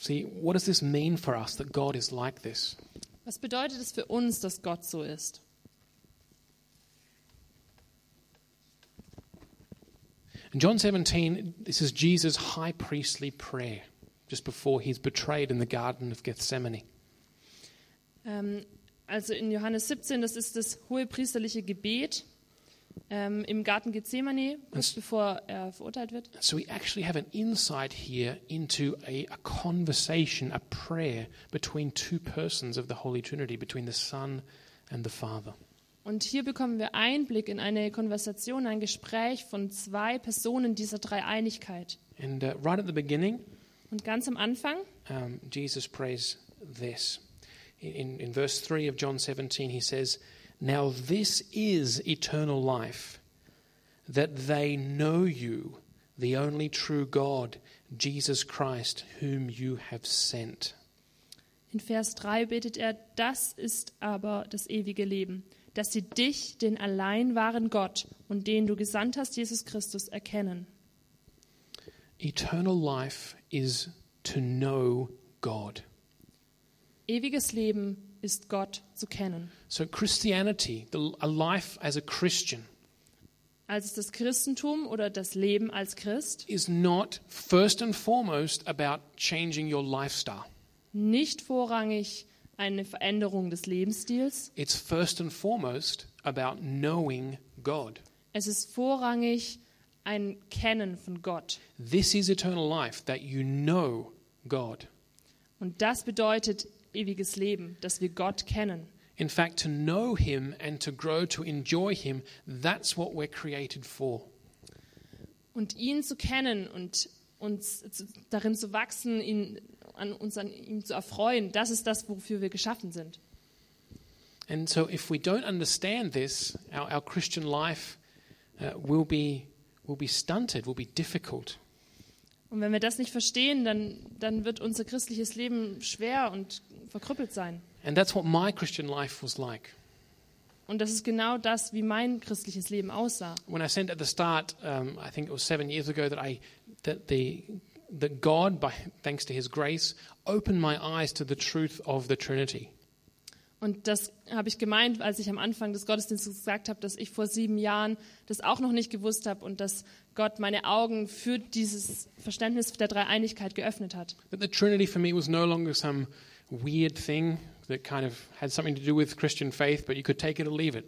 Speaker 1: See, what does this mean for us that God is like this?
Speaker 2: Was bedeutet es für uns, dass Gott so ist?
Speaker 1: In John 17, this is Jesus' high priestly prayer just before he's betrayed in the Garden of Gethsemane.
Speaker 2: Ähm, also in Johannes 17, das ist das hohepriesterliche Gebet ähm, im Garten Gethsemane, kurz
Speaker 1: Es-
Speaker 2: bevor er verurteilt wird.
Speaker 1: So we actually have an insight here into a, a conversation, a prayer between two persons of the Holy Trinity, between the Son and the Father.
Speaker 2: Und hier bekommen wir Einblick in eine Konversation, ein Gespräch von zwei Personen dieser Dreieinigkeit.
Speaker 1: And uh, right at the beginning,
Speaker 2: Und ganz am Anfang,
Speaker 1: um, Jesus prays this. In, in verse 3 of John 17, he says, Now this is eternal life, that they know you, the only true God, Jesus Christ, whom you have sent.
Speaker 2: In Vers 3 betet er, das ist aber das ewige Leben, dass sie dich, den allein wahren Gott und den du gesandt hast, Jesus Christus, erkennen.
Speaker 1: Eternal life is to know God.
Speaker 2: Ewiges Leben ist Gott zu kennen.
Speaker 1: So, Christianity, the, a life as a Christian,
Speaker 2: Also ist das Christentum oder das Leben als Christ
Speaker 1: is not first and foremost about changing your lifestyle.
Speaker 2: nicht vorrangig eine Veränderung des Lebensstils.
Speaker 1: It's first and foremost about knowing God.
Speaker 2: Es ist vorrangig ein Kennen von Gott.
Speaker 1: This is eternal life, that you know God.
Speaker 2: Und das bedeutet ewiges Leben, dass wir Gott kennen.
Speaker 1: In fact, to know Him and to grow to enjoy Him, that's what we're created for.
Speaker 2: und ihn zu kennen und uns zu- darin zu wachsen, ihn, an, uns an ihm zu erfreuen, das ist das, wofür wir geschaffen sind.
Speaker 1: And so, if we don't understand this, our, our Christian life uh, will, be, will be stunted, will be difficult.
Speaker 2: Und wenn wir das nicht verstehen, dann, dann wird unser christliches Leben schwer und verkrüppelt sein.
Speaker 1: And that's what my Christian life was like.
Speaker 2: Und das ist genau das, wie mein christliches Leben aussah.
Speaker 1: When I said at the start, um, I think it was seven years ago, that, I, that, the, that God, by, thanks to his grace, opened my eyes to the truth of the Trinity.
Speaker 2: Und das habe ich gemeint, als ich am Anfang des Gottesdienstes gesagt habe, dass ich vor sieben Jahren das auch noch nicht gewusst habe und dass Gott meine Augen für dieses Verständnis der Dreieinigkeit geöffnet hat.
Speaker 1: That the Trinity for me was no longer some weird thing that kind of had something to do with Christian faith, but you could take it or leave it.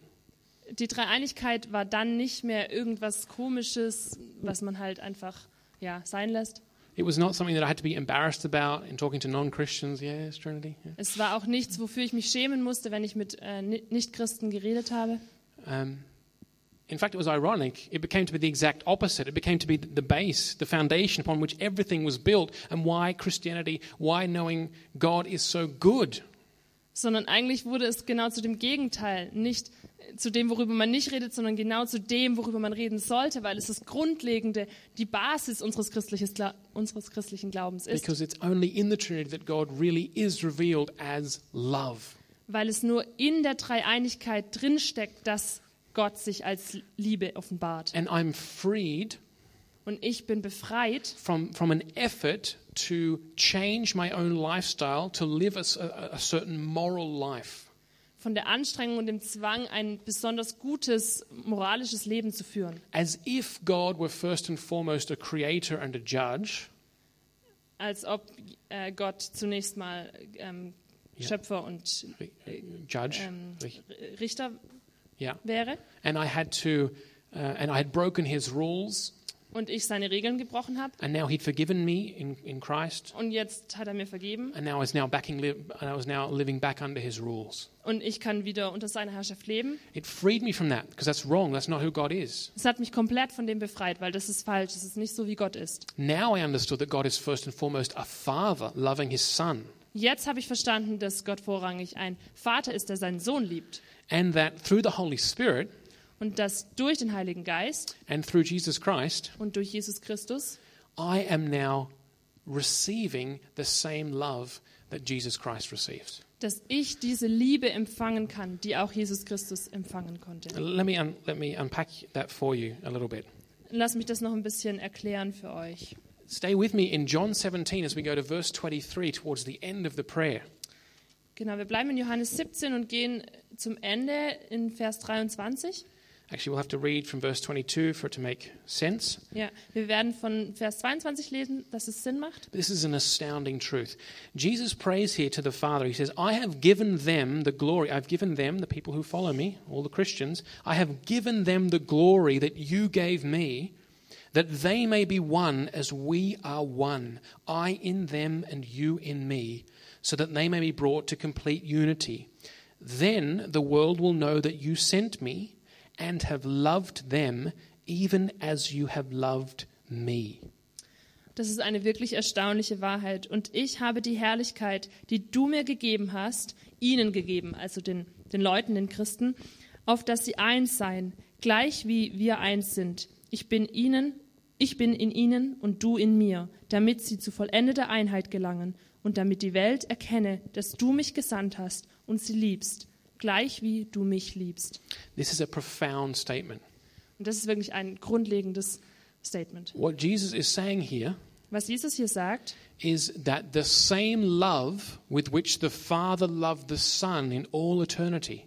Speaker 2: die Dreieinigkeit war dann nicht mehr irgendwas Komisches, was man halt einfach ja, sein lässt.
Speaker 1: It was not something that I had to be embarrassed about in talking to non Christians. Yes, Trinity. yeah.
Speaker 2: Es war auch nichts, wofür ich mich schämen musste, wenn ich mit äh, Ni- Nichtchristen geredet habe.
Speaker 1: Um, in fact, it was ironic. It became to be the exact opposite. It became to be the base, the foundation upon which everything was built, and why Christianity, why knowing God is so good.
Speaker 2: Sondern eigentlich wurde es genau zu dem Gegenteil. Nicht äh, zu dem, worüber man nicht redet, sondern genau zu dem, worüber man reden sollte, weil es das Grundlegende, die Basis unseres, christliches Gla unseres christlichen Glaubens ist.
Speaker 1: Because it's only in the Trinity that God really is revealed as love.
Speaker 2: Weil es nur in der Dreieinigkeit drinsteckt, dass Gott sich als Liebe offenbart.
Speaker 1: And I'm freed
Speaker 2: Und und ich bin befreit
Speaker 1: from, from an effort to change my own lifestyle to live a, s- a- a certain moral life.
Speaker 2: von der Anstrengung und dem Zwang, ein besonders gutes moralisches Leben zu führen.
Speaker 1: As if God were first and foremost a creator and a judge,
Speaker 2: Als ob äh, Gott zunächst mal ähm,
Speaker 1: Ja.
Speaker 2: Schöpfer und
Speaker 1: judge,
Speaker 2: ähm, R- Richter
Speaker 1: yeah,
Speaker 2: wäre
Speaker 1: and I had to, uh, and I had broken his rules,
Speaker 2: und ich seine Regeln gebrochen habe.
Speaker 1: and now he'd forgiven me in, in Christ,
Speaker 2: Und jetzt hat er mir vergeben
Speaker 1: and now I was now backing, li- and I was now living back under his rules.
Speaker 2: und ich kann wieder unter seiner Herrschaft leben.
Speaker 1: It freed me from that because that's wrong. That's not who God is.
Speaker 2: Es hat mich komplett von dem befreit, weil das ist falsch. Das ist nicht so, wie Gott ist.
Speaker 1: Now I understood that God is first and foremost a father loving his son,
Speaker 2: Jetzt habe ich verstanden, dass Gott vorrangig ein Vater ist, der seinen Sohn liebt.
Speaker 1: and that through the Holy Spirit
Speaker 2: Und dass durch den Heiligen Geist
Speaker 1: and through Jesus Christ,
Speaker 2: und durch Jesus Christus
Speaker 1: I am now receiving the same love that Jesus Christ received.
Speaker 2: dass ich diese Liebe empfangen kann, die auch Jesus Christus empfangen konnte.
Speaker 1: Let me, un- let me unpack that for you a little bit.
Speaker 2: Lass mich das noch ein bisschen erklären für euch.
Speaker 1: Stay with me in John 17 as we go to verse 23 towards the end of the prayer.
Speaker 2: Genau, wir bleiben in Johannes 17 und gehen zum Ende in Vers 23.
Speaker 1: Actually, we'll have to read from verse 22 for it to make sense.
Speaker 2: Ja, wir werden von Vers 22 lesen, dass es Sinn macht.
Speaker 1: This is an astounding truth. Jesus prays here to the Father. He says, I have given them the glory. I've given them, the people who follow me, all the Christians, I have given them the glory that you gave me, that they may be one as we are one, I in them and you in me, so that they may be brought to complete unity. Then the world will know that you sent me and have loved them even as you have loved me.
Speaker 2: Das ist eine wirklich erstaunliche Wahrheit. Und ich habe die Herrlichkeit, die du mir gegeben hast, ihnen gegeben, also den, den Leuten, den Christen, auf dass sie eins seien, gleich wie wir eins sind. Ich bin ihnen, ich bin in ihnen und du in mir, damit sie zu vollendeter Einheit gelangen und damit die Welt erkenne, dass du mich gesandt hast und sie liebst, gleich wie du mich liebst.
Speaker 1: This is a profound statement.
Speaker 2: Und das ist wirklich ein grundlegendes Statement.
Speaker 1: What Jesus is saying here
Speaker 2: Was Jesus hier sagt,
Speaker 1: is that the same love with which the Father loved the Son in all eternity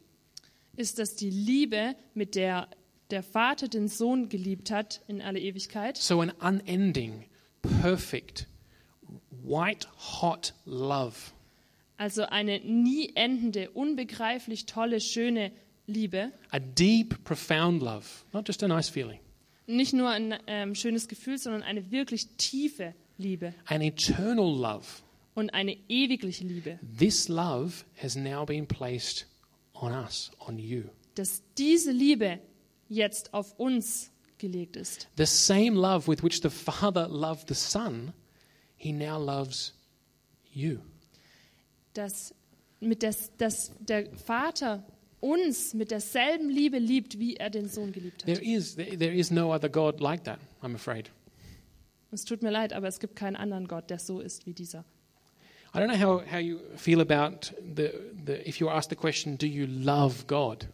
Speaker 2: ist, dass die Liebe, mit der der Vater den Sohn geliebt hat in alle Ewigkeit,
Speaker 1: so an unending, perfect, white hot love
Speaker 2: also eine nie endende, unbegreiflich tolle, schöne Liebe,
Speaker 1: a deep, profound love, not just a nice feeling,
Speaker 2: nicht nur ein ähm, schönes Gefühl, sondern eine wirklich tiefe Liebe
Speaker 1: an eternal love.
Speaker 2: und eine ewigliche Liebe,
Speaker 1: This love has now been placed on us, on you.
Speaker 2: dass diese Liebe jetzt auf uns gelegt ist.
Speaker 1: The same love with which the Father loved the Son, he now loves you.
Speaker 2: Dass, mit des, dass der Vater uns mit derselben Liebe liebt, wie er den Sohn geliebt
Speaker 1: There
Speaker 2: hat.
Speaker 1: is, there there is no other God like that, I'm afraid.
Speaker 2: Es tut mir leid, aber es gibt keinen anderen Gott, der so ist wie dieser.
Speaker 1: I don't know how, how you feel about the, the, if you were asked the question, do you love God?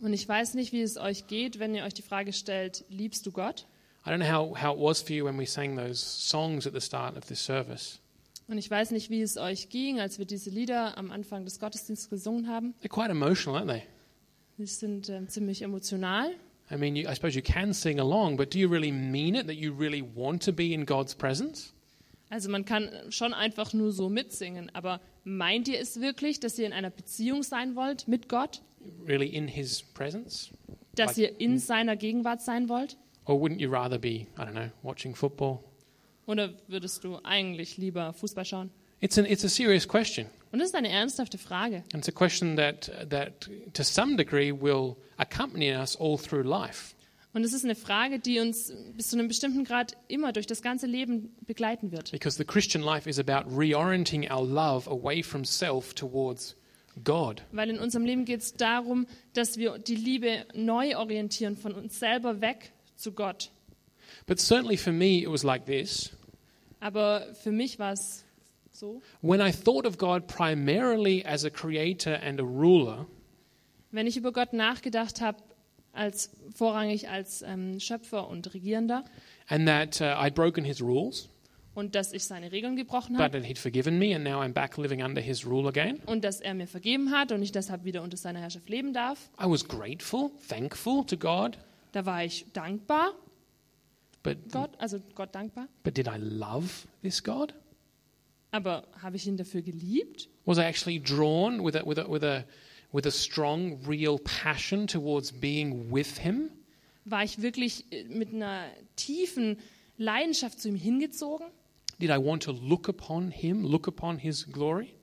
Speaker 2: Und ich weiß nicht, wie es euch geht, wenn ihr euch die Frage stellt, liebst du Gott?
Speaker 1: I don't know how, how it was for you when we sang those songs at the start of this service.
Speaker 2: Und ich weiß nicht, wie es euch ging, als wir diese Lieder am Anfang des Gottesdienstes gesungen haben.
Speaker 1: They're quite emotional, aren't they?
Speaker 2: Wir sind ähm, ziemlich emotional.
Speaker 1: I mean, you, I suppose you can sing along, but do you really mean it that you really want to be in God's presence?
Speaker 2: Also man kann schon einfach nur so mitsingen, aber meint ihr es wirklich, dass ihr in einer Beziehung sein wollt mit Gott?
Speaker 1: Really in His presence?
Speaker 2: Dass ihr in seiner Gegenwart sein wollt?
Speaker 1: Or wouldn't you rather be, I don't know, watching football?
Speaker 2: Oder würdest du eigentlich lieber Fußball schauen?
Speaker 1: It's, an, it's a serious question.
Speaker 2: Und das ist eine ernsthafte Frage.
Speaker 1: And it's a question that, that to some degree will accompany us all through life.
Speaker 2: Und es ist eine Frage, die uns bis zu einem bestimmten Grad immer durch das ganze Leben begleiten wird.
Speaker 1: Because the Christian life is about reorienting our love away from self towards God.
Speaker 2: Weil in unserem Leben geht es darum, dass wir die Liebe neu orientieren, von uns selber weg zu Gott.
Speaker 1: But certainly for me, it was like this.
Speaker 2: Aber für mich war es so,
Speaker 1: When I thought of God primarily as a creator and a ruler,
Speaker 2: wenn ich über Gott nachgedacht habe, als vorrangig als ähm, Schöpfer und Regierender
Speaker 1: and that uh, I'd broken his rules,
Speaker 2: und dass ich seine Regeln gebrochen
Speaker 1: but
Speaker 2: habe
Speaker 1: that he'd forgiven me, and now I'm back living under his rule again.
Speaker 2: und dass er mir vergeben hat und ich deshalb wieder unter seiner Herrschaft leben darf.
Speaker 1: I was grateful, thankful to God,
Speaker 2: Da war ich dankbar,
Speaker 1: but,
Speaker 2: Gott, also Gott dankbar.
Speaker 1: but did I love this God?
Speaker 2: Aber habe ich ihn dafür geliebt?
Speaker 1: Was I actually drawn with a, with a, with a, with a strong, real passion towards being with him?
Speaker 2: War ich wirklich äh, mit einer tiefen Leidenschaft zu ihm hingezogen?
Speaker 1: Did I want to look upon him, look upon his glory?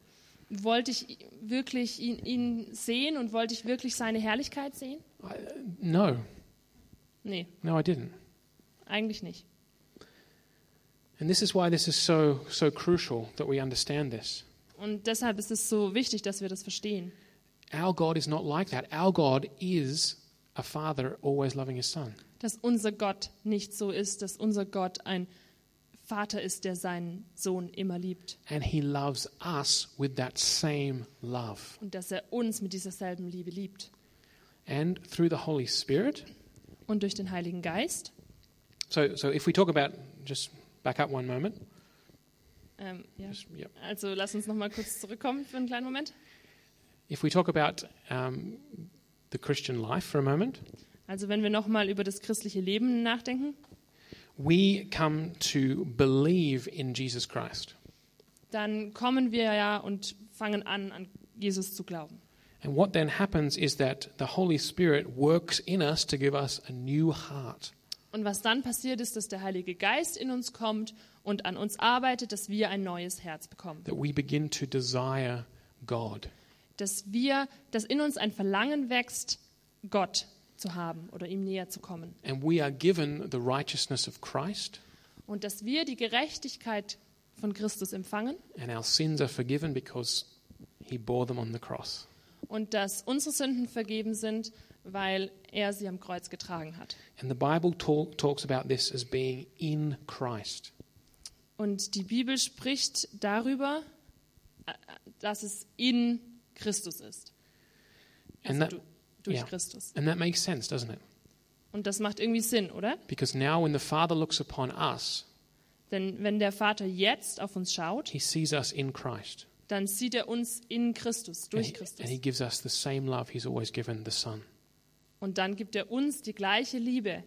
Speaker 2: Wollte ich wirklich ihn, ihn sehen und wollte ich wirklich seine Herrlichkeit sehen?
Speaker 1: I, no,
Speaker 2: Nee,
Speaker 1: no, I didn't.
Speaker 2: eigentlich nicht.
Speaker 1: And this is why this is so, so crucial that we understand this.
Speaker 2: Und deshalb ist es so wichtig, dass wir das verstehen.
Speaker 1: Our God is not like that. Our God is a father always loving his son.
Speaker 2: Dass unser Gott nicht so ist, dass unser Gott ein Vater ist, der seinen Sohn immer liebt.
Speaker 1: And he loves us with that same love.
Speaker 2: Und dass er uns mit dieser selben Liebe liebt.
Speaker 1: And through the Holy Spirit.
Speaker 2: Und durch den Heiligen Geist.
Speaker 1: So, so if we talk about, just back up one moment.
Speaker 2: Ähm, ja.
Speaker 1: Just, yep.
Speaker 2: Also lass uns nochmal kurz zurückkommen für einen kleinen Moment.
Speaker 1: If we talk about um, the Christian life for a moment,
Speaker 2: Also wenn wir nochmal über das christliche Leben nachdenken,
Speaker 1: we come to believe in Jesus Christ.
Speaker 2: dann kommen wir ja und fangen an, an Jesus zu glauben.
Speaker 1: And what then happens is that the Holy Spirit works in us to give us a new heart.
Speaker 2: Und was dann passiert ist, dass der Heilige Geist in uns kommt und an uns arbeitet, dass wir ein neues Herz bekommen.
Speaker 1: that we begin to desire God.
Speaker 2: Dass wir, dass in uns ein Verlangen wächst, Gott zu haben oder ihm näher zu kommen.
Speaker 1: And we are given the righteousness of Christ,
Speaker 2: Und dass wir die Gerechtigkeit von Christus empfangen
Speaker 1: and our sins are forgiven because He bore them on the cross.
Speaker 2: und dass unsere Sünden vergeben sind, weil er sie am Kreuz getragen hat.
Speaker 1: And the Bible tal- talks about this as being in Christ.
Speaker 2: Und die Bibel spricht darüber, äh, dass es in Christus ist. Also
Speaker 1: And that,
Speaker 2: du, durch
Speaker 1: ja.
Speaker 2: Christus.
Speaker 1: and that makes sense, doesn't it?
Speaker 2: Und das macht irgendwie Sinn, oder?
Speaker 1: Because now when the Father looks upon us,
Speaker 2: Denn wenn der Vater jetzt auf uns schaut,
Speaker 1: He sees us in Christ.
Speaker 2: dann sieht er uns in Christus,
Speaker 1: And
Speaker 2: durch
Speaker 1: he,
Speaker 2: Christus.
Speaker 1: and he gives us the same love He's always given the Son.
Speaker 2: Und dann gibt er uns die gleiche Liebe,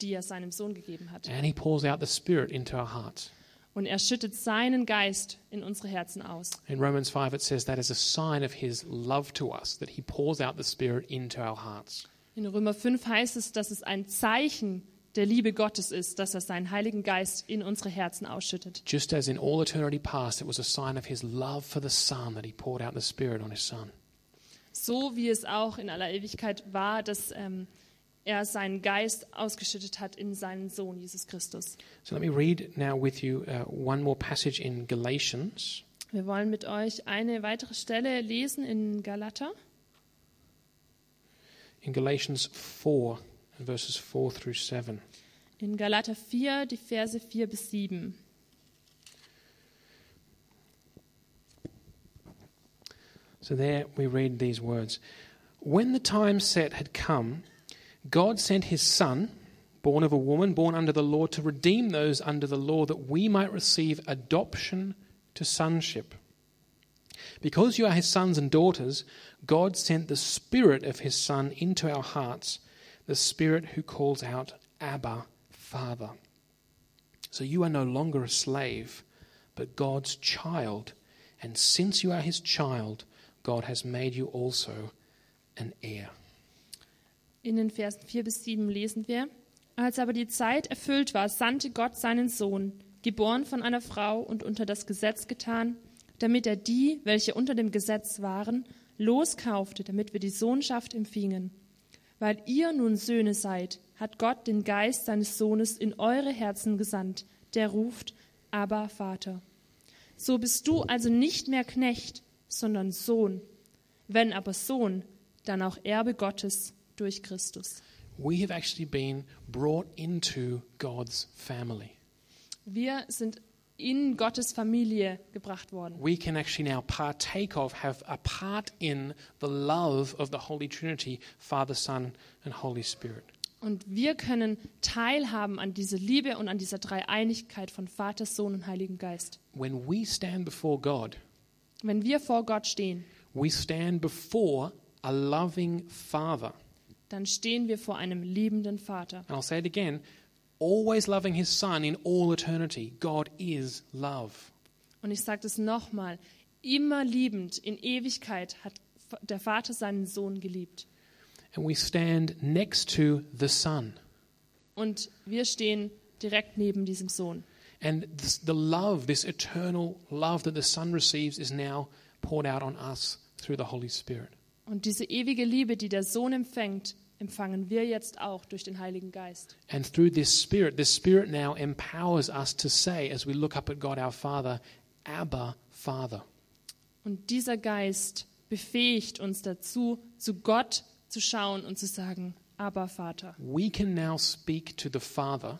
Speaker 2: die er seinem Sohn gegeben hat.
Speaker 1: And He pours out the Spirit into our hearts.
Speaker 2: Und er schüttet seinen Geist in unsere Herzen aus.
Speaker 1: In Romans 5, it says that is a sign of his love to us, that he pours out the Spirit into our hearts.
Speaker 2: In Römer 5 heißt es, dass es ein Zeichen der Liebe Gottes ist, dass er seinen Heiligen Geist in unsere Herzen ausschüttet.
Speaker 1: Just as in all eternity past, it was a sign of his love for the Son that he poured out the Spirit on his Son.
Speaker 2: so wie es auch in aller Ewigkeit war, dass ähm, er seinen Geist ausgeschüttet hat in seinen Sohn Jesus Christus.
Speaker 1: So let me read now with you uh, one more passage in Galatians.
Speaker 2: Wir wollen mit euch eine weitere Stelle lesen in Galater,
Speaker 1: In Galatians 4, verses 4 through 7.
Speaker 2: in Galater 4, die Verse 4 bis 7.
Speaker 1: So there we read these words. When the time set had come, God sent his Son, born of a woman, born under the law, to redeem those under the law that we might receive adoption to sonship. Because you are his sons and daughters, God sent the Spirit of his Son into our hearts, the Spirit who calls out, Abba, Father. So you are no longer a slave, but God's child. And since you are his child, God has made you also an heir.
Speaker 2: In den Versen 4 bis 7 lesen wir, als aber die Zeit erfüllt war, sandte Gott seinen Sohn, geboren von einer Frau und unter das Gesetz getan, damit er die, welche unter dem Gesetz waren, loskaufte, damit wir die Sohnschaft empfingen. Weil ihr nun Söhne seid, hat Gott den Geist seines Sohnes in eure Herzen gesandt, der ruft, aber Vater. So bist du also nicht mehr Knecht, sondern Sohn. Wenn aber Sohn, dann auch Erbe Gottes durch Christus.
Speaker 1: We have actually been brought into God's family.
Speaker 2: Wir sind in Gottes Familie gebracht worden.
Speaker 1: we can actually now partake of, have a part in the love of the Holy Trinity, Father, Son, and Holy Spirit.
Speaker 2: Und wir können teilhaben an dieser Liebe und an dieser Dreieinigkeit von Vater, Sohn und Heiligen Geist.
Speaker 1: When we stand before God,
Speaker 2: Wenn wir vor Gott stehen,
Speaker 1: we stand before a loving Father.
Speaker 2: dann stehen wir vor einem liebenden Vater.
Speaker 1: And I'll say it again always loving his Son in all eternity. God is love.
Speaker 2: Und ich sage das nochmal, immer liebend in Ewigkeit hat der Vater seinen Sohn geliebt.
Speaker 1: And we stand next to the Son.
Speaker 2: Und wir stehen direkt neben diesem Sohn.
Speaker 1: And this, the love, this eternal love that the Son receives, is now poured out on us through the Holy Spirit.
Speaker 2: Und diese ewige Liebe, die der Sohn empfängt, empfangen wir jetzt auch durch den Heiligen Geist.
Speaker 1: And through this Spirit, this Spirit now empowers us to say, as we look up at God our Father, Abba, Father.
Speaker 2: Und dieser Geist befähigt uns dazu, zu Gott zu schauen und zu sagen, aber Vater.
Speaker 1: We can now speak to the Father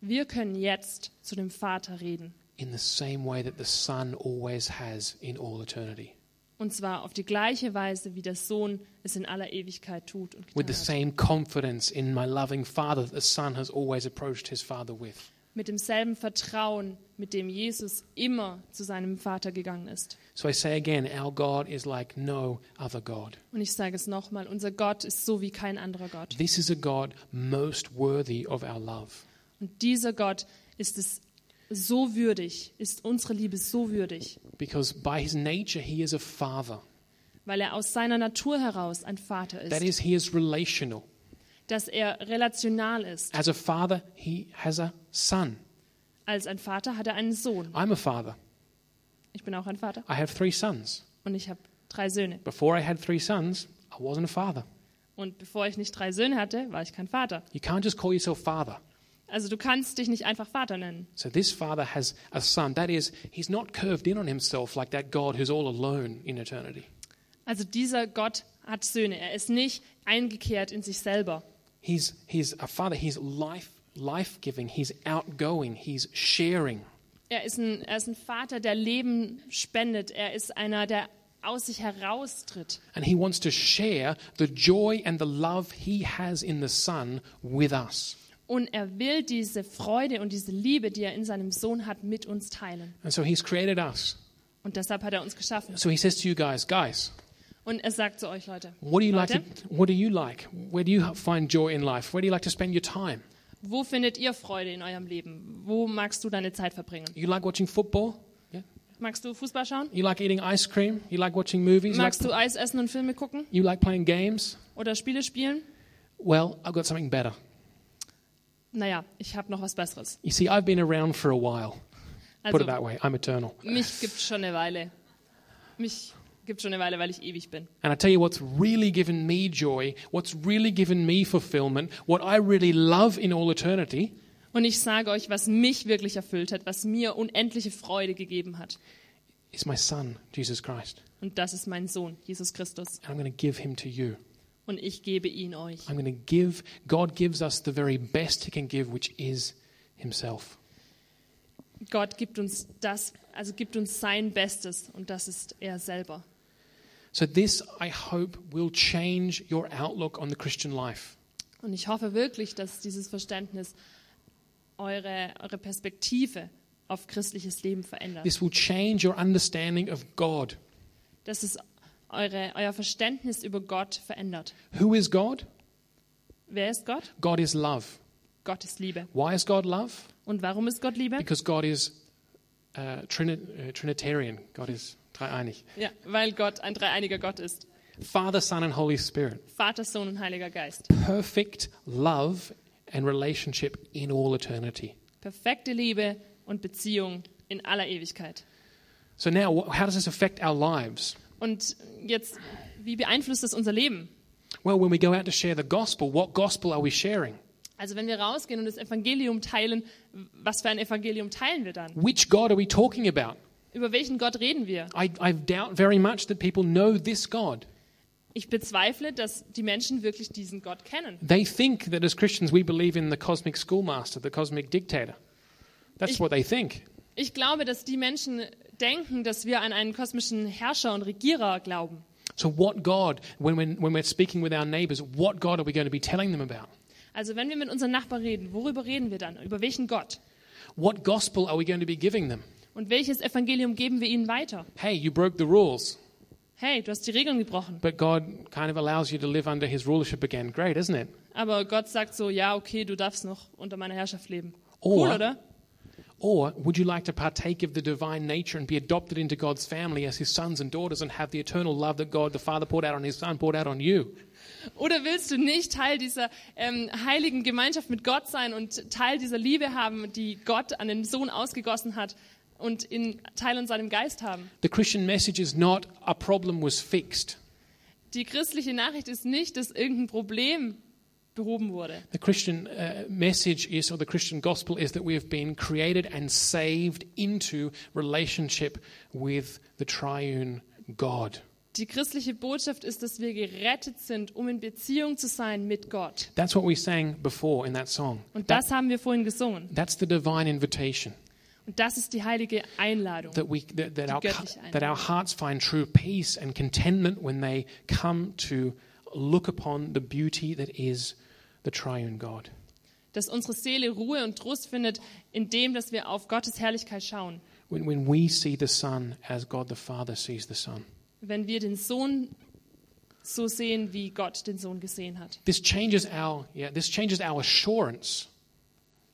Speaker 2: Wir können jetzt zu dem Vater reden.
Speaker 1: in the same way that the Son always has in all eternity,
Speaker 2: Und zwar auf die gleiche Weise, wie der Sohn es in aller Ewigkeit tut. Und
Speaker 1: with the
Speaker 2: getan hat.
Speaker 1: same confidence in my loving Father that the Son has always approached his Father with.
Speaker 2: mit demselben Vertrauen, mit dem Jesus immer zu seinem Vater gegangen ist.
Speaker 1: So I say again, our God is like no other God.
Speaker 2: Und ich sage es nochmal, unser Gott ist so wie kein anderer Gott.
Speaker 1: This is a God most worthy of our love.
Speaker 2: Und dieser Gott ist es so würdig, ist unsere Liebe so würdig,
Speaker 1: Because by his nature, he is a father.
Speaker 2: weil er aus seiner Natur heraus ein Vater
Speaker 1: That
Speaker 2: ist,
Speaker 1: is, he is relational.
Speaker 2: dass er relational ist.
Speaker 1: As a father, he has a son.
Speaker 2: Als ein Vater hat er einen Sohn.
Speaker 1: I'm a father.
Speaker 2: Ich bin auch ein Vater
Speaker 1: I have three sons.
Speaker 2: und ich habe drei Söhne.
Speaker 1: Before I had three sons, I wasn't a father.
Speaker 2: Und bevor ich nicht drei Söhne hatte, war ich kein Vater.
Speaker 1: You can't just call yourself father.
Speaker 2: Also du kannst dich nicht einfach Vater nennen.
Speaker 1: So this father has a son. That is, he's not curved in on himself like that God who's all alone in eternity.
Speaker 2: Also dieser Gott hat Söhne. Er ist nicht eingekehrt in sich selber.
Speaker 1: He's, he's a father. He's life, life-giving. He's outgoing. He's sharing.
Speaker 2: Er ist, ein, er ist ein Vater, der Leben spendet. Er ist einer, der aus sich heraustritt.
Speaker 1: And he wants to share the joy and the love he has in the son with us.
Speaker 2: Und er will diese Freude und diese Liebe, die er in seinem Sohn hat, mit uns teilen.
Speaker 1: And so he's created us.
Speaker 2: Und deshalb hat er uns geschaffen.
Speaker 1: So he says to you guys, guys,
Speaker 2: Und er sagt zu euch, Leute,
Speaker 1: What do you like? To,
Speaker 2: Leute
Speaker 1: what do you like? Where do you find joy in life? Where do you like to spend your time?
Speaker 2: wo findet ihr Freude in eurem Leben? Wo magst du deine Zeit verbringen?
Speaker 1: You like watching football? Yeah.
Speaker 2: Magst du Fußball schauen?
Speaker 1: You like eating ice cream? You like watching movies? You like,
Speaker 2: Magst du Eis essen und Filme gucken?
Speaker 1: you like playing games?
Speaker 2: Oder Spiele spielen?
Speaker 1: Well, I've got something better.
Speaker 2: Naja, ich habe noch was Besseres.
Speaker 1: You see, I've been around for a while. Put
Speaker 2: Also,
Speaker 1: it that way. I'm eternal.
Speaker 2: Mich gibt schon eine Weile. Mich gibt schon eine Weile, weil ich ewig bin.
Speaker 1: And I tell you what's really given me joy, what's really given me fulfillment, what I really love in all eternity
Speaker 2: Und ich sage euch, was mich wirklich erfüllt hat, was mir unendliche Freude gegeben hat.
Speaker 1: is my son, Jesus Christ.
Speaker 2: Und das ist mein Sohn, Jesus Christus.
Speaker 1: And I'm going to give him to you.
Speaker 2: Und ich gebe ihn euch.
Speaker 1: I'm going to give, God gives us the very best he can give, which is himself.
Speaker 2: Gott gibt uns das, also gibt uns sein Bestes. Und das ist er selber.
Speaker 1: So, this, I hope, will change your outlook on the Christian life.
Speaker 2: Und ich hoffe wirklich, dass dieses Verständnis eure, eure Perspektive auf christliches Leben verändert.
Speaker 1: This will change your understanding of God.
Speaker 2: Dass es eure, euer Verständnis über Gott verändert.
Speaker 1: Who is God?
Speaker 2: Wer ist Gott?
Speaker 1: God is love.
Speaker 2: Gott ist Liebe.
Speaker 1: Why is God love?
Speaker 2: Und warum ist Gott Liebe?
Speaker 1: Because God is uh, Trini- uh, Trinitarian. God is dreieinig.
Speaker 2: Ja, weil Gott ein dreieiniger Gott ist.
Speaker 1: Father, Son, and Holy Spirit.
Speaker 2: Vater, Sohn und Heiliger Geist.
Speaker 1: Perfect love and relationship in all eternity.
Speaker 2: Perfekte Liebe und Beziehung in aller Ewigkeit.
Speaker 1: So, now, wh- how does this affect our lives?
Speaker 2: Und jetzt, wie beeinflusst das unser Leben?
Speaker 1: Well, when we go out to share the gospel, what gospel are we sharing?
Speaker 2: Also wenn wir rausgehen und das Evangelium teilen, was für ein Evangelium teilen wir dann?
Speaker 1: Which God are we talking about?
Speaker 2: Über welchen Gott reden wir?
Speaker 1: I, I doubt very much that people know this God.
Speaker 2: Ich bezweifle, dass die Menschen wirklich diesen Gott kennen.
Speaker 1: They think that as Christians we believe in the cosmic schoolmaster, the cosmic dictator. That's what they think.
Speaker 2: Ich glaube, dass die Menschen denken, dass wir an einen kosmischen Herrscher und Regierer glauben.
Speaker 1: So, what God, when, when, when we're speaking with our neighbors, what God are we going to be telling them about?
Speaker 2: Also wenn wir mit unseren Nachbarn reden, worüber reden wir dann? Über welchen Gott?
Speaker 1: What gospel are we going to be giving them?
Speaker 2: Und welches Evangelium geben wir ihnen weiter?
Speaker 1: Hey, you broke the rules,
Speaker 2: Hey, du hast die Regeln gebrochen.
Speaker 1: but God kind of allows you to live under his rulership again. Great, isn't it?
Speaker 2: Aber Gott sagt so, ja, okay, du darfst noch unter meiner Herrschaft leben.
Speaker 1: Oh.
Speaker 2: Cool, oder?
Speaker 1: Or would you like to partake of the divine nature and be adopted into God's family as his sons and daughters and have the eternal love that God the Father poured out on his son poured out on you?
Speaker 2: Oder willst du nicht Teil dieser ähm, heiligen Gemeinschaft mit Gott sein und Teil dieser Liebe haben, die Gott an den Sohn ausgegossen hat und in Teil an seinem Geist haben?
Speaker 1: The Christian message is not a problem was fixed.
Speaker 2: Die christliche Nachricht ist nicht, dass irgendein Problem behoben wurde.
Speaker 1: The Christian uh, message is, or the Christian gospel is, that we have been created and saved into relationship with the triune God.
Speaker 2: Die christliche Botschaft ist, dass wir gerettet sind, um in Beziehung zu sein mit Gott.
Speaker 1: That's what we sang before in that song.
Speaker 2: Und das haben wir vorhin gesungen.
Speaker 1: That's the divine invitation
Speaker 2: Und das ist die heilige Einladung.
Speaker 1: that we that, that our
Speaker 2: göttliche
Speaker 1: that our hearts find true peace and contentment when they come to look upon the beauty that is the triune God.
Speaker 2: Dass unsere Seele Ruhe und Trost findet, indem dass wir auf Gottes Herrlichkeit schauen.
Speaker 1: When when we see the Son as God the Father sees the Son.
Speaker 2: Wenn wir den Sohn so sehen, wie Gott den Sohn gesehen hat.
Speaker 1: This changes our yeah, this changes our assurance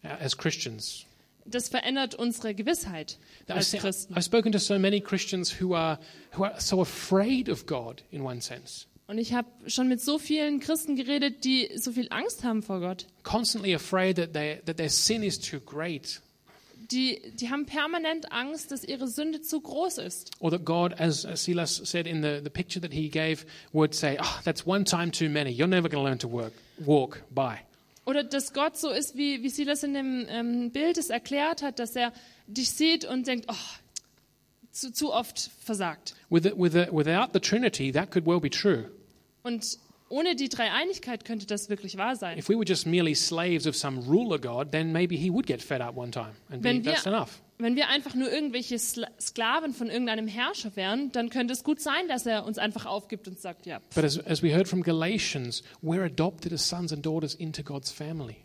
Speaker 1: uh, as Christians.
Speaker 2: Das verändert unsere Gewissheit
Speaker 1: I've,
Speaker 2: als
Speaker 1: seen-
Speaker 2: Christen.
Speaker 1: I've spoken to so many Christians who are who are so afraid of God in one sense.
Speaker 2: Und ich habe schon mit so vielen Christen geredet, die so viel Angst haben vor Gott.
Speaker 1: Constantly afraid that they that their sin is too great
Speaker 2: Die, die haben permanent Angst, dass ihre Sünde zu groß ist.
Speaker 1: Or that God, as as Silas said in the, the picture that he gave, would say, oh, that's one time too many. You're never going to learn to work, walk by.
Speaker 2: Oder dass Gott so ist, wie, wie Silas in dem ähm, Bild es erklärt hat, dass er dich sieht und denkt, oh, zu, zu oft versagt.
Speaker 1: With the, with the, without the Trinity, that could well be true.
Speaker 2: Und ohne die Dreieinigkeit könnte das wirklich wahr sein.
Speaker 1: If we were just merely slaves of some ruler God, then maybe he would get fed up one time and be,
Speaker 2: Wenn wir-
Speaker 1: that's enough.
Speaker 2: Wenn wir einfach nur irgendwelche Sla Sklaven von irgendeinem Herrscher wären, dann könnte es gut sein, dass er uns einfach aufgibt und sagt, ja.
Speaker 1: But as, as we heard from Galatians, we're adopted as sons and daughters into God's family.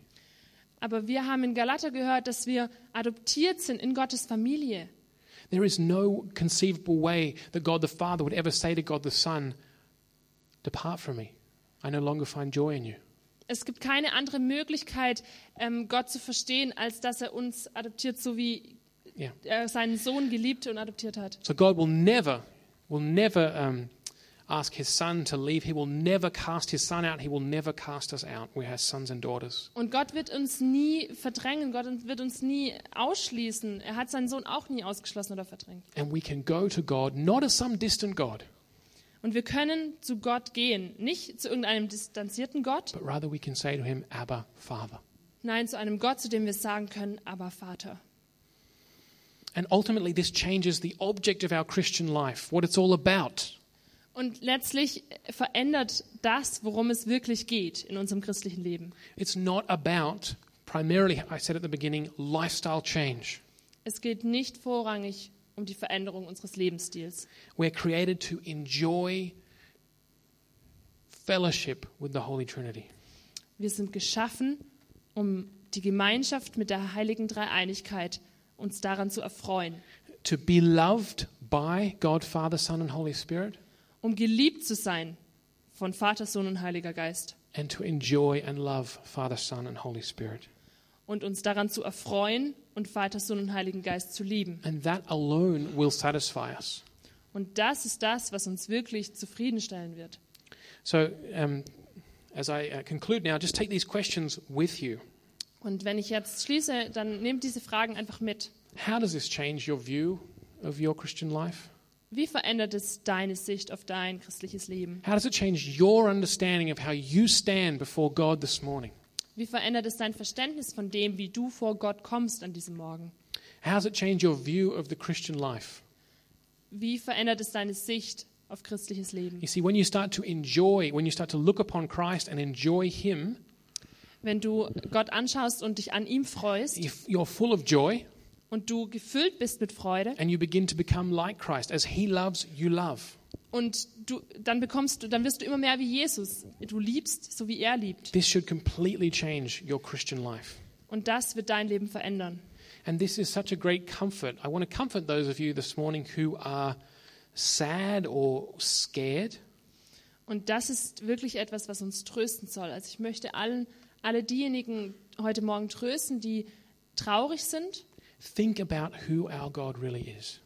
Speaker 2: Aber wir haben in Galater gehört, dass wir adoptiert sind in Gottes Familie.
Speaker 1: There is no conceivable way that God the Father would ever say to God the Son, Depart from me. I no longer find joy in you.
Speaker 2: Es gibt keine andere Möglichkeit, ähm, Gott zu verstehen, als dass er uns adoptiert, so wie
Speaker 1: Yeah.
Speaker 2: er seinen Sohn geliebt und adoptiert hat.
Speaker 1: So God will never, will never um, ask His Son to leave. He will never cast His Son out. He will never cast us out. We're His sons and daughters.
Speaker 2: Und Gott wird uns nie verdrängen, Gott wird uns nie ausschließen. Er hat seinen Sohn auch nie ausgeschlossen oder verdrängt.
Speaker 1: And we can go to God not as some distant God,
Speaker 2: Und wir können zu Gott gehen, nicht zu irgendeinem distanzierten Gott,
Speaker 1: but rather we can say to Him, Abba, Father.
Speaker 2: nein, zu einem Gott, zu dem wir sagen können, aber Vater.
Speaker 1: And ultimately, this changes the object of our Christian life, what it's all about.
Speaker 2: Und letztlich verändert das, worum es wirklich geht in unserem christlichen Leben.
Speaker 1: It's not about primarily, I said at the beginning, lifestyle change.
Speaker 2: Es geht nicht vorrangig um die Veränderung unseres Lebensstils.
Speaker 1: We're created to enjoy fellowship with the Holy Trinity.
Speaker 2: Wir sind geschaffen, um die Gemeinschaft mit der heiligen Dreieinigkeit uns daran zu erfreuen,
Speaker 1: to be loved by God, Father, Son, and Holy Spirit,
Speaker 2: um geliebt zu sein von Vater, Sohn und Heiliger Geist
Speaker 1: and to enjoy and love Father, Son, and Holy Spirit.
Speaker 2: und uns daran zu erfreuen und Vater, Sohn und Heiligen Geist zu lieben.
Speaker 1: And that alone will satisfy us.
Speaker 2: Und das ist das, was uns wirklich zufriedenstellen wird.
Speaker 1: So, um, as I uh, conclude now, just take these questions with you.
Speaker 2: Und wenn ich jetzt schließe, dann nehmt diese Fragen einfach mit.
Speaker 1: How does this change your view of your Christian life?
Speaker 2: Wie verändert es deine Sicht auf dein christliches Leben?
Speaker 1: How does it change your understanding of how you stand before God this morning?
Speaker 2: Wie verändert es dein Verständnis von dem, wie du vor Gott kommst an diesem Morgen?
Speaker 1: How does it change your view of the Christian life?
Speaker 2: Wie verändert es deine Sicht auf christliches Leben?
Speaker 1: You see, when you start to enjoy, when you start to look upon Christ and enjoy Him,
Speaker 2: Wenn du Gott anschaust und dich an ihm freust,
Speaker 1: if you're full of joy
Speaker 2: und du gefüllt bist mit Freude
Speaker 1: and you begin to become like Christ. As He loves, you love.
Speaker 2: und du, dann bekommst du, dann wirst du immer mehr wie Jesus. Du liebst, so wie er liebt.
Speaker 1: This should completely change your Christian life.
Speaker 2: Und das wird dein Leben verändern.
Speaker 1: And this is such a great comfort. I want to comfort those of you this morning who are sad or scared.
Speaker 2: Und das ist wirklich etwas, was uns trösten soll. Also ich möchte allen, alle diejenigen heute Morgen trösten, die traurig sind.
Speaker 1: Think about who our God really is.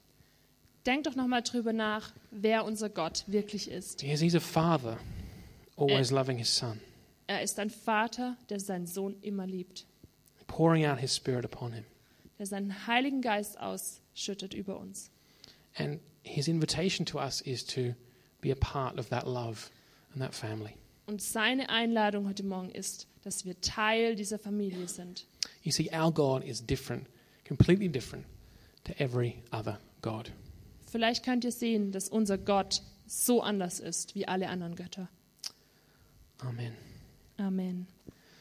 Speaker 2: Denk doch nochmal drüber nach, wer unser Gott wirklich ist.
Speaker 1: Because He's a father, always loving His son,
Speaker 2: Er ist ein Vater, der seinen Sohn immer liebt,
Speaker 1: pouring out His Spirit upon him.
Speaker 2: der seinen Heiligen Geist ausschüttet über uns.
Speaker 1: And His invitation to us is to be a part of that love and that family.
Speaker 2: Und seine Einladung heute Morgen ist, dass wir Teil dieser Familie sind.
Speaker 1: You see, our God is different, completely different to every other God.
Speaker 2: Vielleicht könnt ihr sehen, dass unser Gott so anders ist wie alle anderen Götter.
Speaker 1: Amen.
Speaker 2: Amen.